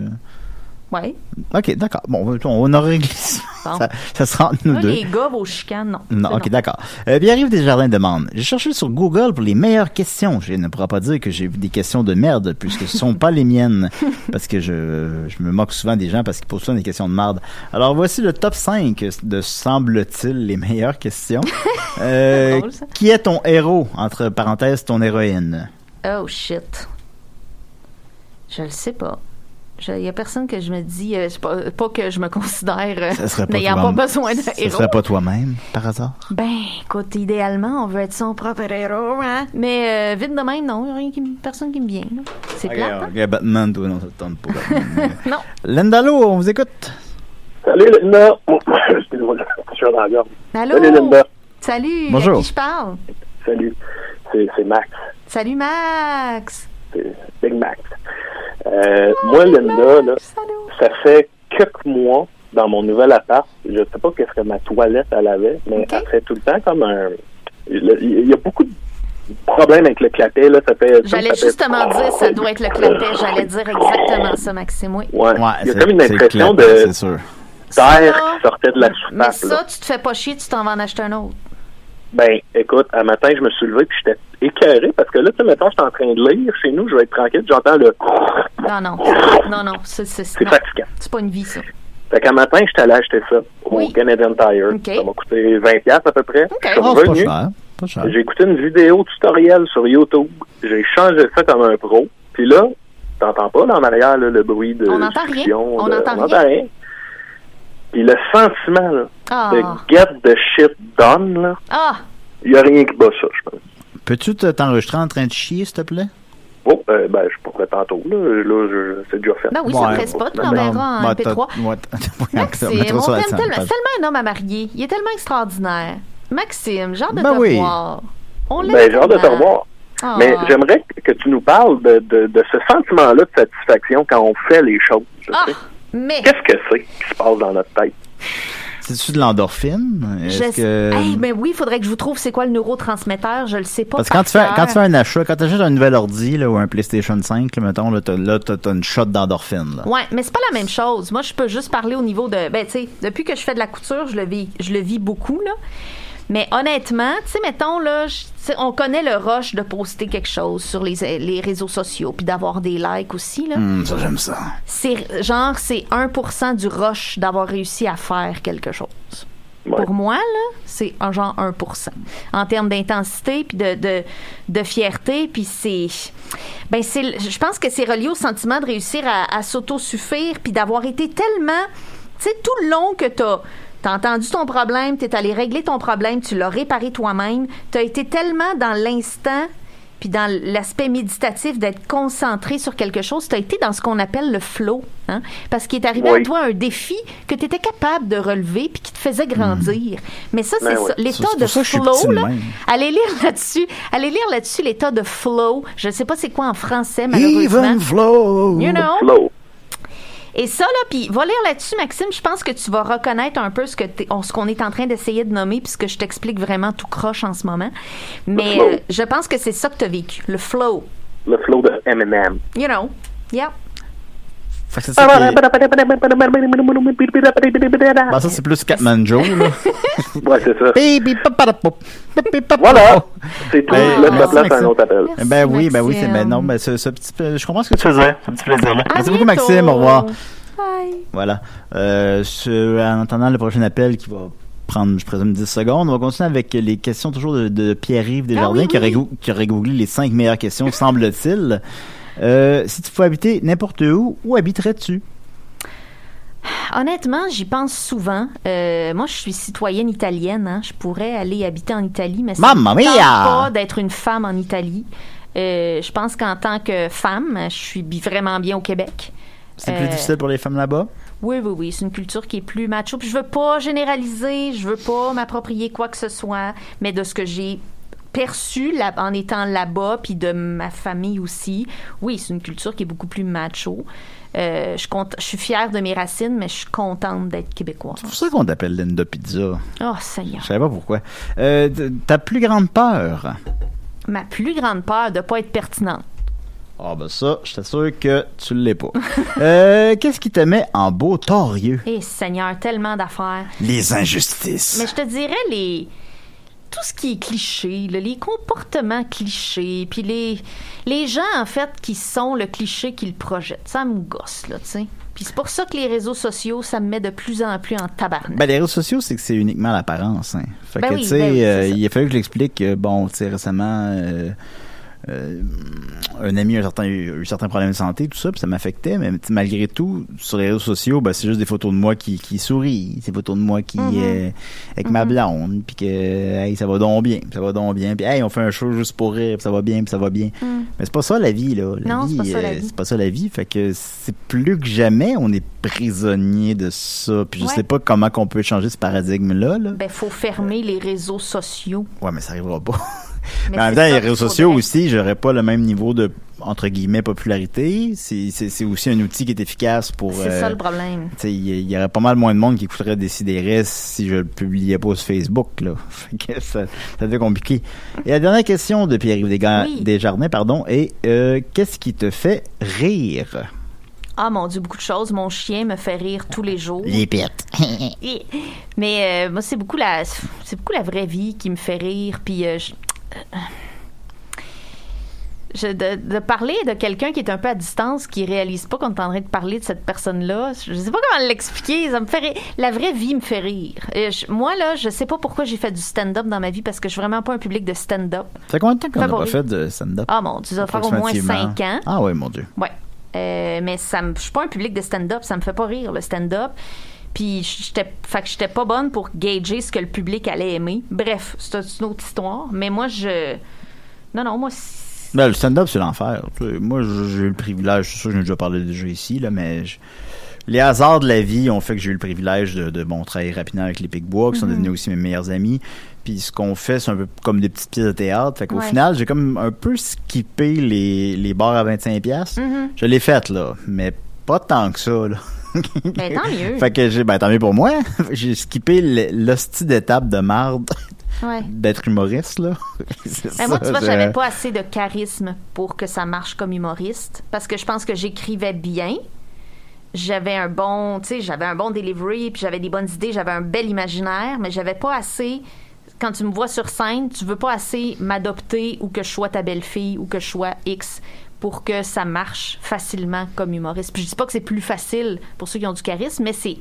[SPEAKER 6] Ouais.
[SPEAKER 5] Ok, d'accord. Bon, on a réglé ça.
[SPEAKER 6] Bon.
[SPEAKER 5] Ça, ça sera entre nous
[SPEAKER 6] Là,
[SPEAKER 5] deux.
[SPEAKER 6] les gars, vos chicanes, non.
[SPEAKER 5] Non,
[SPEAKER 6] C'est
[SPEAKER 5] ok, d'accord. Euh, Pierre-Yves Desjardins demande J'ai cherché sur Google pour les meilleures questions. Je ne pourrais pas dire que j'ai vu des questions de merde, puisque ce sont pas
[SPEAKER 6] [laughs]
[SPEAKER 5] les miennes. Parce que je, je me moque souvent des gens parce qu'ils posent souvent des questions de merde. Alors voici le top 5 de semble-t-il les
[SPEAKER 6] [laughs]
[SPEAKER 5] meilleures questions. Euh, qui est ton héros Entre parenthèses, ton héroïne.
[SPEAKER 6] Oh shit. Je le sais pas. Il y a personne que je me dis, euh, c'est pas, pas que je me considère euh,
[SPEAKER 5] Ça serait pas
[SPEAKER 6] n'ayant pas
[SPEAKER 5] toi-même.
[SPEAKER 6] besoin d'un
[SPEAKER 5] Ce
[SPEAKER 6] héros.
[SPEAKER 5] serait pas toi-même, par hasard
[SPEAKER 6] Ben, écoute, idéalement, on veut être son propre héros, hein. Mais euh, vite de même, non, y a rien qui me- personne qui me vient. là. C'est
[SPEAKER 5] Ok,
[SPEAKER 6] plate, hein?
[SPEAKER 5] ok, Batman, toi, non, ça te tente pas.
[SPEAKER 6] [laughs] Non.
[SPEAKER 5] Lendalo, on vous écoute.
[SPEAKER 1] Salut, Linda. [coughs] Excuse-moi, je suis dans la gorge.
[SPEAKER 6] hein. Allô?
[SPEAKER 1] Salut, Linda.
[SPEAKER 6] Salut,
[SPEAKER 1] Bonjour.
[SPEAKER 6] à qui je parle?
[SPEAKER 1] Salut. C'est c'est Max.
[SPEAKER 6] Salut, Max!
[SPEAKER 1] C'est Big Max. Euh, moi, Linda, là, ça fait quelques mois dans mon nouvel appart. Je sais pas qu'est-ce que ma toilette elle avait, mais elle fait tout le temps comme un. le- Il y a beaucoup de problèmes avec le clapet. Là, ça fait.
[SPEAKER 6] J'allais
[SPEAKER 1] ça fait-
[SPEAKER 6] justement dire, ça doit être le clapet, j'allais dire exactement ça, Max et moi.
[SPEAKER 1] Ouais. Il y a
[SPEAKER 5] c'est-
[SPEAKER 1] comme une
[SPEAKER 5] c'est
[SPEAKER 1] impression
[SPEAKER 5] clapet,
[SPEAKER 1] de
[SPEAKER 5] c'est sûr.
[SPEAKER 1] d'air qui sortait de la
[SPEAKER 6] Mais
[SPEAKER 1] soupape. là.
[SPEAKER 6] ça, tu te fais pas chier, tu t'en vas en acheter un autre.
[SPEAKER 1] Ben, écoute, un matin, je me suis levé puis j'étais écœuré parce que là, tu sais, mettons, je suis en train de lire chez nous, je vais être tranquille, j'entends le.
[SPEAKER 6] Non, non, non, non, ça, c'est
[SPEAKER 1] C'est
[SPEAKER 6] non.
[SPEAKER 1] fatigant.
[SPEAKER 6] C'est pas une vie, ça.
[SPEAKER 1] Fait qu'un matin, je suis allé acheter ça au Canadian Tire. Ça m'a coûté 20$ à peu près. Je suis
[SPEAKER 5] Oh, c'est pas
[SPEAKER 1] revenu.
[SPEAKER 5] cher. Pas cher.
[SPEAKER 1] J'ai écouté une vidéo tutoriel sur YouTube. J'ai changé ça comme un pro. Puis là, t'entends pas là, en arrière là, le bruit de
[SPEAKER 6] On n'entend rien.
[SPEAKER 1] succion,
[SPEAKER 6] On
[SPEAKER 1] de-
[SPEAKER 6] n'entend
[SPEAKER 1] on n'entend
[SPEAKER 6] rien.
[SPEAKER 1] rien. Puis le sentiment là,
[SPEAKER 6] Ah.
[SPEAKER 1] de get the shit done, là,
[SPEAKER 6] Ah!
[SPEAKER 1] il n'y a rien qui bat ça, je pense.
[SPEAKER 5] Peux-tu te- t'enregistrer en train de chier, s'il te plaît?
[SPEAKER 1] Bon, euh, ben, je pourrais tantôt. Là, là je- c'est dur fait.
[SPEAKER 6] Ben oui, ça presse pas, tu l'enverras en
[SPEAKER 5] Ouais,
[SPEAKER 6] MP3.
[SPEAKER 5] Bah, t'as- ouais, t'as- ouais,
[SPEAKER 6] C'est
[SPEAKER 5] on mettra
[SPEAKER 6] mon
[SPEAKER 5] ça à
[SPEAKER 6] thème
[SPEAKER 5] la
[SPEAKER 6] tellement,
[SPEAKER 5] centaine.
[SPEAKER 6] c'est tellement un homme à marier. Il est tellement extraordinaire. Maxime, genre de
[SPEAKER 1] Ben
[SPEAKER 6] te
[SPEAKER 1] oui.
[SPEAKER 6] revoir. On l'aime
[SPEAKER 1] Ben, j'ai hâte de te
[SPEAKER 6] tellement.
[SPEAKER 1] revoir.
[SPEAKER 6] Ah.
[SPEAKER 1] Mais j'aimerais que tu nous parles de, de, de ce sentiment-là de satisfaction quand on fait les choses. tu
[SPEAKER 6] Ah,
[SPEAKER 1] sais.
[SPEAKER 6] mais
[SPEAKER 1] Qu'est-ce que c'est qui se passe dans notre tête?
[SPEAKER 5] C'est-tu de l'endorphine?
[SPEAKER 6] je...
[SPEAKER 5] Est-ce que-
[SPEAKER 6] Eh, ben oui, il faudrait que je vous trouve c'est quoi le neurotransmetteur, je le sais pas.
[SPEAKER 5] Parce que quand
[SPEAKER 6] par
[SPEAKER 5] tu, fais,
[SPEAKER 6] cœur.
[SPEAKER 5] quand tu fais un achat, quand tu achètes un nouvel ordi là, ou un PlayStation 5, là, mettons, là, t'as là, t'as- t'as une shot d'endorphine. là.
[SPEAKER 6] Ouais, mais c'est pas la même chose. Moi, je peux juste parler au niveau de. Ben, tu sais, depuis que je fais de la couture, je le vis, je le vis beaucoup, là. Mais honnêtement, tu sais, mettons, là, je- tu sais, on connaît le rush de poster quelque chose sur les, les réseaux sociaux, puis d'avoir des likes aussi, là.
[SPEAKER 5] Hum, ça, j'aime ça.
[SPEAKER 6] C'est genre, c'est 1 du rush d'avoir réussi à faire quelque chose. Pour moi, là, c'est un genre 1 en termes d'intensité puis de, de, de fierté. Puis c'est. Ben, c'est. le- Je pense que c'est relié au sentiment de réussir à, à s'autosuffire puis d'avoir été tellement. Tu sais, tout le long que t'as. T'as entendu ton problème, t'es allé régler ton problème, tu l'as réparé toi-même. T'as été tellement dans l'instant puis dans l'aspect méditatif d'être concentré sur quelque chose, tu as été dans ce qu'on appelle le flow. Hein? Parce qu'il est arrivé
[SPEAKER 12] Oui.
[SPEAKER 6] à toi un défi que tu étais capable de relever puis qui te faisait grandir. Mais ça,
[SPEAKER 12] Hmm. Ben
[SPEAKER 6] c'est
[SPEAKER 12] oui.
[SPEAKER 6] ça.
[SPEAKER 12] Ça, c'est
[SPEAKER 6] L'état
[SPEAKER 12] pour
[SPEAKER 6] de
[SPEAKER 12] ça que je suis petit
[SPEAKER 6] flow,
[SPEAKER 12] de
[SPEAKER 6] là,
[SPEAKER 12] même.
[SPEAKER 6] allez lire là-dessus, allez lire là-dessus l'état de flow. Je ne sais pas c'est quoi en français, malheureusement.
[SPEAKER 5] Even flow.
[SPEAKER 6] You know?
[SPEAKER 1] Flow.
[SPEAKER 6] Et ça, là, puis va lire là-dessus, Maxime. Je pense que tu vas reconnaître un peu ce que t'es- on- ce qu'on est en train d'essayer de nommer, puis ce que je t'explique vraiment tout croche en ce moment. Mais
[SPEAKER 1] flow.
[SPEAKER 6] euh, je pense que c'est ça que tu as vécu, le flow.
[SPEAKER 1] Le flow de M&M.
[SPEAKER 6] You know. Yeah.
[SPEAKER 5] Fait que ça, c'est Ben, ça, c'est plus Catman Joe, là.
[SPEAKER 1] ouais, c'est
[SPEAKER 6] [laughs]
[SPEAKER 1] ça.
[SPEAKER 5] Baby, papadapop.
[SPEAKER 1] Voilà. C'est tout.
[SPEAKER 5] Ben,
[SPEAKER 1] Laisse la
[SPEAKER 5] merci,
[SPEAKER 1] place à un
[SPEAKER 5] Maxime.
[SPEAKER 1] autre appel.
[SPEAKER 5] Ben oui, ben oui, c'est
[SPEAKER 1] Maxime.
[SPEAKER 5] ben non, ben ce, ce petit, peu- je comprends ce que tu faisais, ce petit plaisir-là.
[SPEAKER 1] À
[SPEAKER 5] Merci
[SPEAKER 1] bientôt.
[SPEAKER 5] beaucoup Maxime, au revoir.
[SPEAKER 6] Bye.
[SPEAKER 5] Voilà. Euh, ce- en attendant le prochain appel qui va prendre, je présume, 10 secondes, on va continuer avec les questions toujours de, de Pierre-Yves Desjardins qui, aurait, gou- qui aurait googlé les 5 meilleures questions, semble-t-il. Euh, si tu pouvais habiter n'importe où, où habiterais-tu?
[SPEAKER 6] Honnêtement, j'y pense souvent. Euh, moi, je suis citoyenne italienne. hein. Je pourrais aller habiter en Italie, mais ça
[SPEAKER 5] Mamma
[SPEAKER 6] me tente
[SPEAKER 5] mia!
[SPEAKER 6] pas d'être une femme en Italie. Euh, je pense qu'en tant que femme, je suis bi- vraiment bien au Québec.
[SPEAKER 5] C'est
[SPEAKER 6] Euh,
[SPEAKER 5] plus difficile pour les femmes là-bas?
[SPEAKER 6] Oui, oui, oui. C'est une culture qui est plus macho. Puis je veux pas généraliser, je veux pas m'approprier quoi que ce soit, mais de ce que j'ai perçu là- en étant là-bas, puis de ma famille aussi, oui, c'est une culture qui est beaucoup plus macho. Euh, je, compte, je suis fière de mes racines, mais je suis contente d'être québécoise.
[SPEAKER 5] C'est pour ça qu'on t'appelle Linda Pizza.
[SPEAKER 6] Oh,
[SPEAKER 5] Je
[SPEAKER 6] Seigneur.
[SPEAKER 5] savais pas pourquoi. Euh, t- ta plus grande peur?
[SPEAKER 6] Ma plus grande peur de pas être pertinente.
[SPEAKER 5] Ah ben ça, je t'assure que tu l'es pas. [laughs] Euh, Qu'est-ce qui te met en beau torieux?
[SPEAKER 6] Eh, Seigneur, tellement d'affaires.
[SPEAKER 5] Les injustices.
[SPEAKER 6] Mais je te dirais les tout ce qui est cliché, là, les comportements clichés, puis les les gens en fait qui sont le cliché qu'ils projettent, ça me gosse là, tu sais. Puis c'est pour ça que les réseaux sociaux, ça me met de plus en plus en tabarnak.
[SPEAKER 5] Ben, les réseaux sociaux, c'est que c'est uniquement l'apparence. Hein. Fait
[SPEAKER 6] Ben
[SPEAKER 5] que,
[SPEAKER 6] oui,
[SPEAKER 5] tu sais,
[SPEAKER 6] ben oui, c'est
[SPEAKER 5] euh,
[SPEAKER 6] ça.
[SPEAKER 5] il a fallu que je l'explique. euh, Bon, tu sais, récemment, euh, euh, un ami a eu un certain, a eu un certain problème de santé, tout ça, puis ça m'affectait. Mais tu sais, malgré tout, sur les réseaux sociaux, ben, c'est juste des photos de moi qui, qui sourit. C'est des photos de moi qui,
[SPEAKER 6] Mm-hmm.
[SPEAKER 5] euh, avec ma blonde, puis que, hey, ça va donc bien, puis ça va donc bien. Puis, hey, on fait un show juste pour rire, puis ça va bien, puis ça va bien.
[SPEAKER 6] Mm.
[SPEAKER 5] Mais c'est pas ça la vie, là. La
[SPEAKER 6] Non, c'est
[SPEAKER 5] vie,
[SPEAKER 6] pas ça, la
[SPEAKER 5] euh,
[SPEAKER 6] vie.
[SPEAKER 5] c'est pas ça la vie. Fait que c'est plus que jamais, on est prisonnier de ça. Puis je
[SPEAKER 6] Ouais.
[SPEAKER 5] sais pas comment qu'on peut changer ce paradigme-là. Là.
[SPEAKER 6] Ben faut fermer les réseaux sociaux.
[SPEAKER 5] Ouais, mais ça arrivera pas.
[SPEAKER 6] [laughs] Mais
[SPEAKER 5] Mais, ben,
[SPEAKER 6] c'est
[SPEAKER 5] en même temps,
[SPEAKER 6] ça
[SPEAKER 5] les
[SPEAKER 6] qu'il
[SPEAKER 5] réseaux
[SPEAKER 6] faudrait.
[SPEAKER 5] sociaux aussi, j'aurais pas le même niveau de entre guillemets popularité. C'est- C'est c'est aussi un outil qui est efficace pour.
[SPEAKER 6] C'est
[SPEAKER 5] euh,
[SPEAKER 6] ça le problème.
[SPEAKER 5] tu sais, Il y, il y aurait pas mal moins de monde qui écouterait Décidérés si je le publiais pas sur Facebook. Là. [laughs] Fait que ça, ça devient compliqué. Et la dernière question de Pierre-Yves Desga-
[SPEAKER 6] Oui.
[SPEAKER 5] Desjardins pardon, est euh, qu'est-ce qui te fait rire?
[SPEAKER 6] Ah mon dieu, beaucoup de choses. Mon chien me fait rire tous les jours.
[SPEAKER 5] Les [laughs] pètes.
[SPEAKER 6] Eh, Mais euh, moi, c'est beaucoup la, c'est beaucoup la vraie vie qui me fait rire. Puis euh, je, je- de, de parler de quelqu'un qui est un peu à distance, qui réalise pas qu'on est en train de parler de cette personne-là. Je sais pas comment l'expliquer. Ça me fait rire. La vraie vie me fait rire. Euh, je- moi là, je sais pas pourquoi j'ai fait du stand-up dans ma vie parce que je suis vraiment pas un public de stand-up.
[SPEAKER 5] Ça fait combien de temps qu'on n'a pas
[SPEAKER 6] Favori.
[SPEAKER 5] fait de stand-up?
[SPEAKER 6] Ah mon Dieu, ça va faire au moins
[SPEAKER 5] Approximativement.
[SPEAKER 6] cinq ans.
[SPEAKER 5] Ah oui, mon Dieu.
[SPEAKER 6] Ouais. Euh, mais ça me, je suis pas un public de stand-up, ça me fait pas rire le stand-up. Puis j'étais, fait que j'étais pas bonne pour gager ce que le public allait aimer. Bref, c'est une autre histoire. Mais moi, je, non, non, moi, c'est-
[SPEAKER 5] [laughs] Ben, le stand-up, c'est l'enfer. Tu sais, Moi, j- j'ai eu le privilège, je suis sûr que j'en ai déjà parlé déjà ici, là, mais je- les hasards de la vie ont fait que j'ai eu le privilège de, de bon, travailler rapidement avec les Picbois, qui sont
[SPEAKER 12] Mhm.
[SPEAKER 5] devenus aussi mes meilleurs amis. Puis ce qu'on fait, c'est un peu comme des petites pièces de théâtre. Fait qu'au
[SPEAKER 12] Ouais.
[SPEAKER 5] final, j'ai comme un peu skippé les, les bars à 25$. piastres.
[SPEAKER 6] Mhm.
[SPEAKER 5] Je l'ai faite, là, mais pas tant que ça,
[SPEAKER 6] [laughs]
[SPEAKER 5] là.
[SPEAKER 6] ben tant mieux.
[SPEAKER 5] Fait que j'ai, ben tant mieux pour moi. [laughs] j'ai skippé le- l'hostie d'étape de marde
[SPEAKER 6] Ouais.
[SPEAKER 5] d'être humoriste, là. [laughs] C'est
[SPEAKER 6] Ben, moi,
[SPEAKER 5] ça,
[SPEAKER 6] tu vois,
[SPEAKER 5] je-
[SPEAKER 6] j'avais pas assez de charisme pour que ça marche comme humoriste. Parce que je pense que j'écrivais bien. J'avais un bon, tu sais, j'avais un bon delivery, puis j'avais des bonnes idées, j'avais un bel imaginaire, mais j'avais pas assez. Quand tu me vois sur scène, tu veux pas assez m'adopter ou que je sois ta belle-fille ou que je sois X pour que ça marche facilement comme humoriste. Puis je dis pas que c'est plus facile pour ceux qui ont du charisme, mais c'est.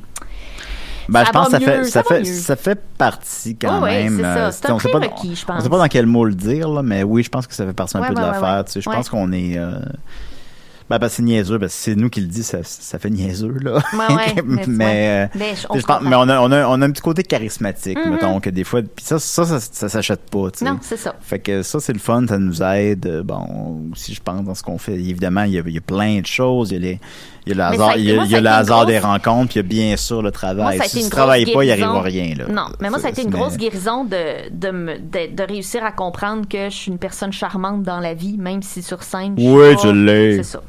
[SPEAKER 5] Ben, je
[SPEAKER 6] Ça
[SPEAKER 5] pense que
[SPEAKER 6] va
[SPEAKER 5] ça fait,
[SPEAKER 6] mieux,
[SPEAKER 5] ça,
[SPEAKER 6] ça va
[SPEAKER 5] fait,
[SPEAKER 6] mieux.
[SPEAKER 5] ça fait partie quand
[SPEAKER 6] Ouais, ouais,
[SPEAKER 5] même.
[SPEAKER 6] c'est ça.
[SPEAKER 5] euh,
[SPEAKER 6] C'est
[SPEAKER 5] tu sais,
[SPEAKER 6] un
[SPEAKER 5] on sait pas,
[SPEAKER 6] prérequis, je
[SPEAKER 5] On
[SPEAKER 6] pense.
[SPEAKER 5] sait pas dans quel mot le dire, là, mais oui, je pense que ça fait partie un
[SPEAKER 6] Ouais,
[SPEAKER 5] peu de
[SPEAKER 6] ouais, ouais,
[SPEAKER 5] l'affaire.
[SPEAKER 6] ouais.
[SPEAKER 5] tu sais, Je
[SPEAKER 6] Ouais.
[SPEAKER 5] pense qu'on est. euh, Ben, parce que c'est niaiseux, parce que c'est nous qui le dit, ça, ça fait niaiseux, là.
[SPEAKER 6] Ouais,
[SPEAKER 5] [laughs]
[SPEAKER 6] ouais, mais-
[SPEAKER 5] mais, euh,
[SPEAKER 6] Mais je- on
[SPEAKER 5] tu sais,
[SPEAKER 6] se
[SPEAKER 5] pense-
[SPEAKER 6] comprend.
[SPEAKER 5] mais on, a, on, a, on a un petit côté charismatique,
[SPEAKER 6] Mhm.
[SPEAKER 5] mettons, que des fois. Puis ça, ça, ça, ça, s'achète pas, tu sais.
[SPEAKER 6] Non, c'est ça.
[SPEAKER 5] Fait que ça, c'est le fun, ça nous aide. euh, Bon, si je pense dans ce qu'on fait, évidemment, il y, a, il y a plein de choses. Il y a, les, il y a le
[SPEAKER 6] Mais ça a
[SPEAKER 5] hasard,
[SPEAKER 6] été-
[SPEAKER 5] il y a,
[SPEAKER 6] moi,
[SPEAKER 5] il
[SPEAKER 6] ça
[SPEAKER 5] y a
[SPEAKER 6] a
[SPEAKER 5] le
[SPEAKER 6] été une
[SPEAKER 5] hasard des
[SPEAKER 6] grosse-
[SPEAKER 5] rencontres, puis il y a bien sûr le
[SPEAKER 6] Moi,
[SPEAKER 5] travail.
[SPEAKER 6] ça a été
[SPEAKER 5] si Ben, tu
[SPEAKER 6] une
[SPEAKER 5] travailles
[SPEAKER 6] grosse
[SPEAKER 5] pas, il
[SPEAKER 6] guérison.
[SPEAKER 5] arrive rien. Là.
[SPEAKER 6] Non, mais moi, ça a été une
[SPEAKER 5] mais-
[SPEAKER 6] grosse guérison de, de, me- de, de réussir à comprendre que je suis une personne charmante dans la vie, même si sur scène. je suis
[SPEAKER 5] Oui,
[SPEAKER 6] pas-
[SPEAKER 5] tu l'es.
[SPEAKER 6] C'est ça.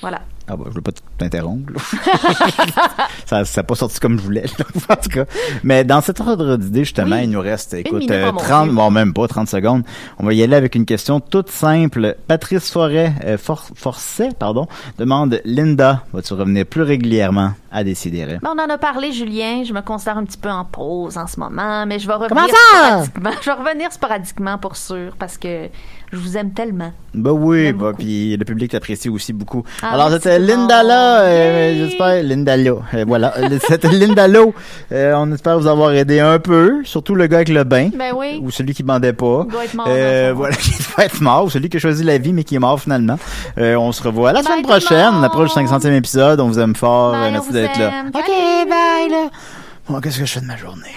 [SPEAKER 6] Voilà.
[SPEAKER 5] Ah bah, je veux pas t'interrompre. là. [laughs] ça n'a pas sorti comme je voulais, là, [laughs] en tout cas. Mais dans cet ordre d'idée, justement, il nous reste, écoute,
[SPEAKER 12] minute
[SPEAKER 5] euh,
[SPEAKER 12] à mon
[SPEAKER 5] 30,
[SPEAKER 12] Dieu.
[SPEAKER 5] bon, même pas 30 secondes. On va y aller avec une question toute simple. Patrice Forêt, euh, For- Forcet, pardon, demande, Linda, vas-tu revenir plus régulièrement à décider?
[SPEAKER 6] Ben, on en a parlé, Julien. Je me considère un petit peu en pause en ce moment, mais je vais revenir
[SPEAKER 5] Comment ça?
[SPEAKER 6] sporadiquement. [laughs] Je vais revenir sporadiquement pour sûr parce que je vous aime tellement.
[SPEAKER 5] Bah oui, bah, puis le public t'apprécie aussi beaucoup.
[SPEAKER 6] Ah,
[SPEAKER 5] Alors,
[SPEAKER 6] merci
[SPEAKER 5] c'était Linda là, euh, j'espère, Linda là, euh, voilà, [laughs] c'était Linda là. Euh, on espère vous avoir aidé un peu, surtout le gars avec le bain.
[SPEAKER 6] Ben oui.
[SPEAKER 5] Ou celui qui bandait pas.
[SPEAKER 6] Il doit être mort,
[SPEAKER 5] Euh, voilà, [laughs] qui doit être mort, ou celui qui a choisi la vie mais qui est mort finalement. Euh, on se revoit
[SPEAKER 6] Ben,
[SPEAKER 5] la semaine prochaine, on approche du 50e épisode, on vous aime fort, euh, merci d'être là.
[SPEAKER 6] OK, bye. [laughs]
[SPEAKER 5] Bon, qu'est-ce que je fais de ma journée?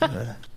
[SPEAKER 5] là?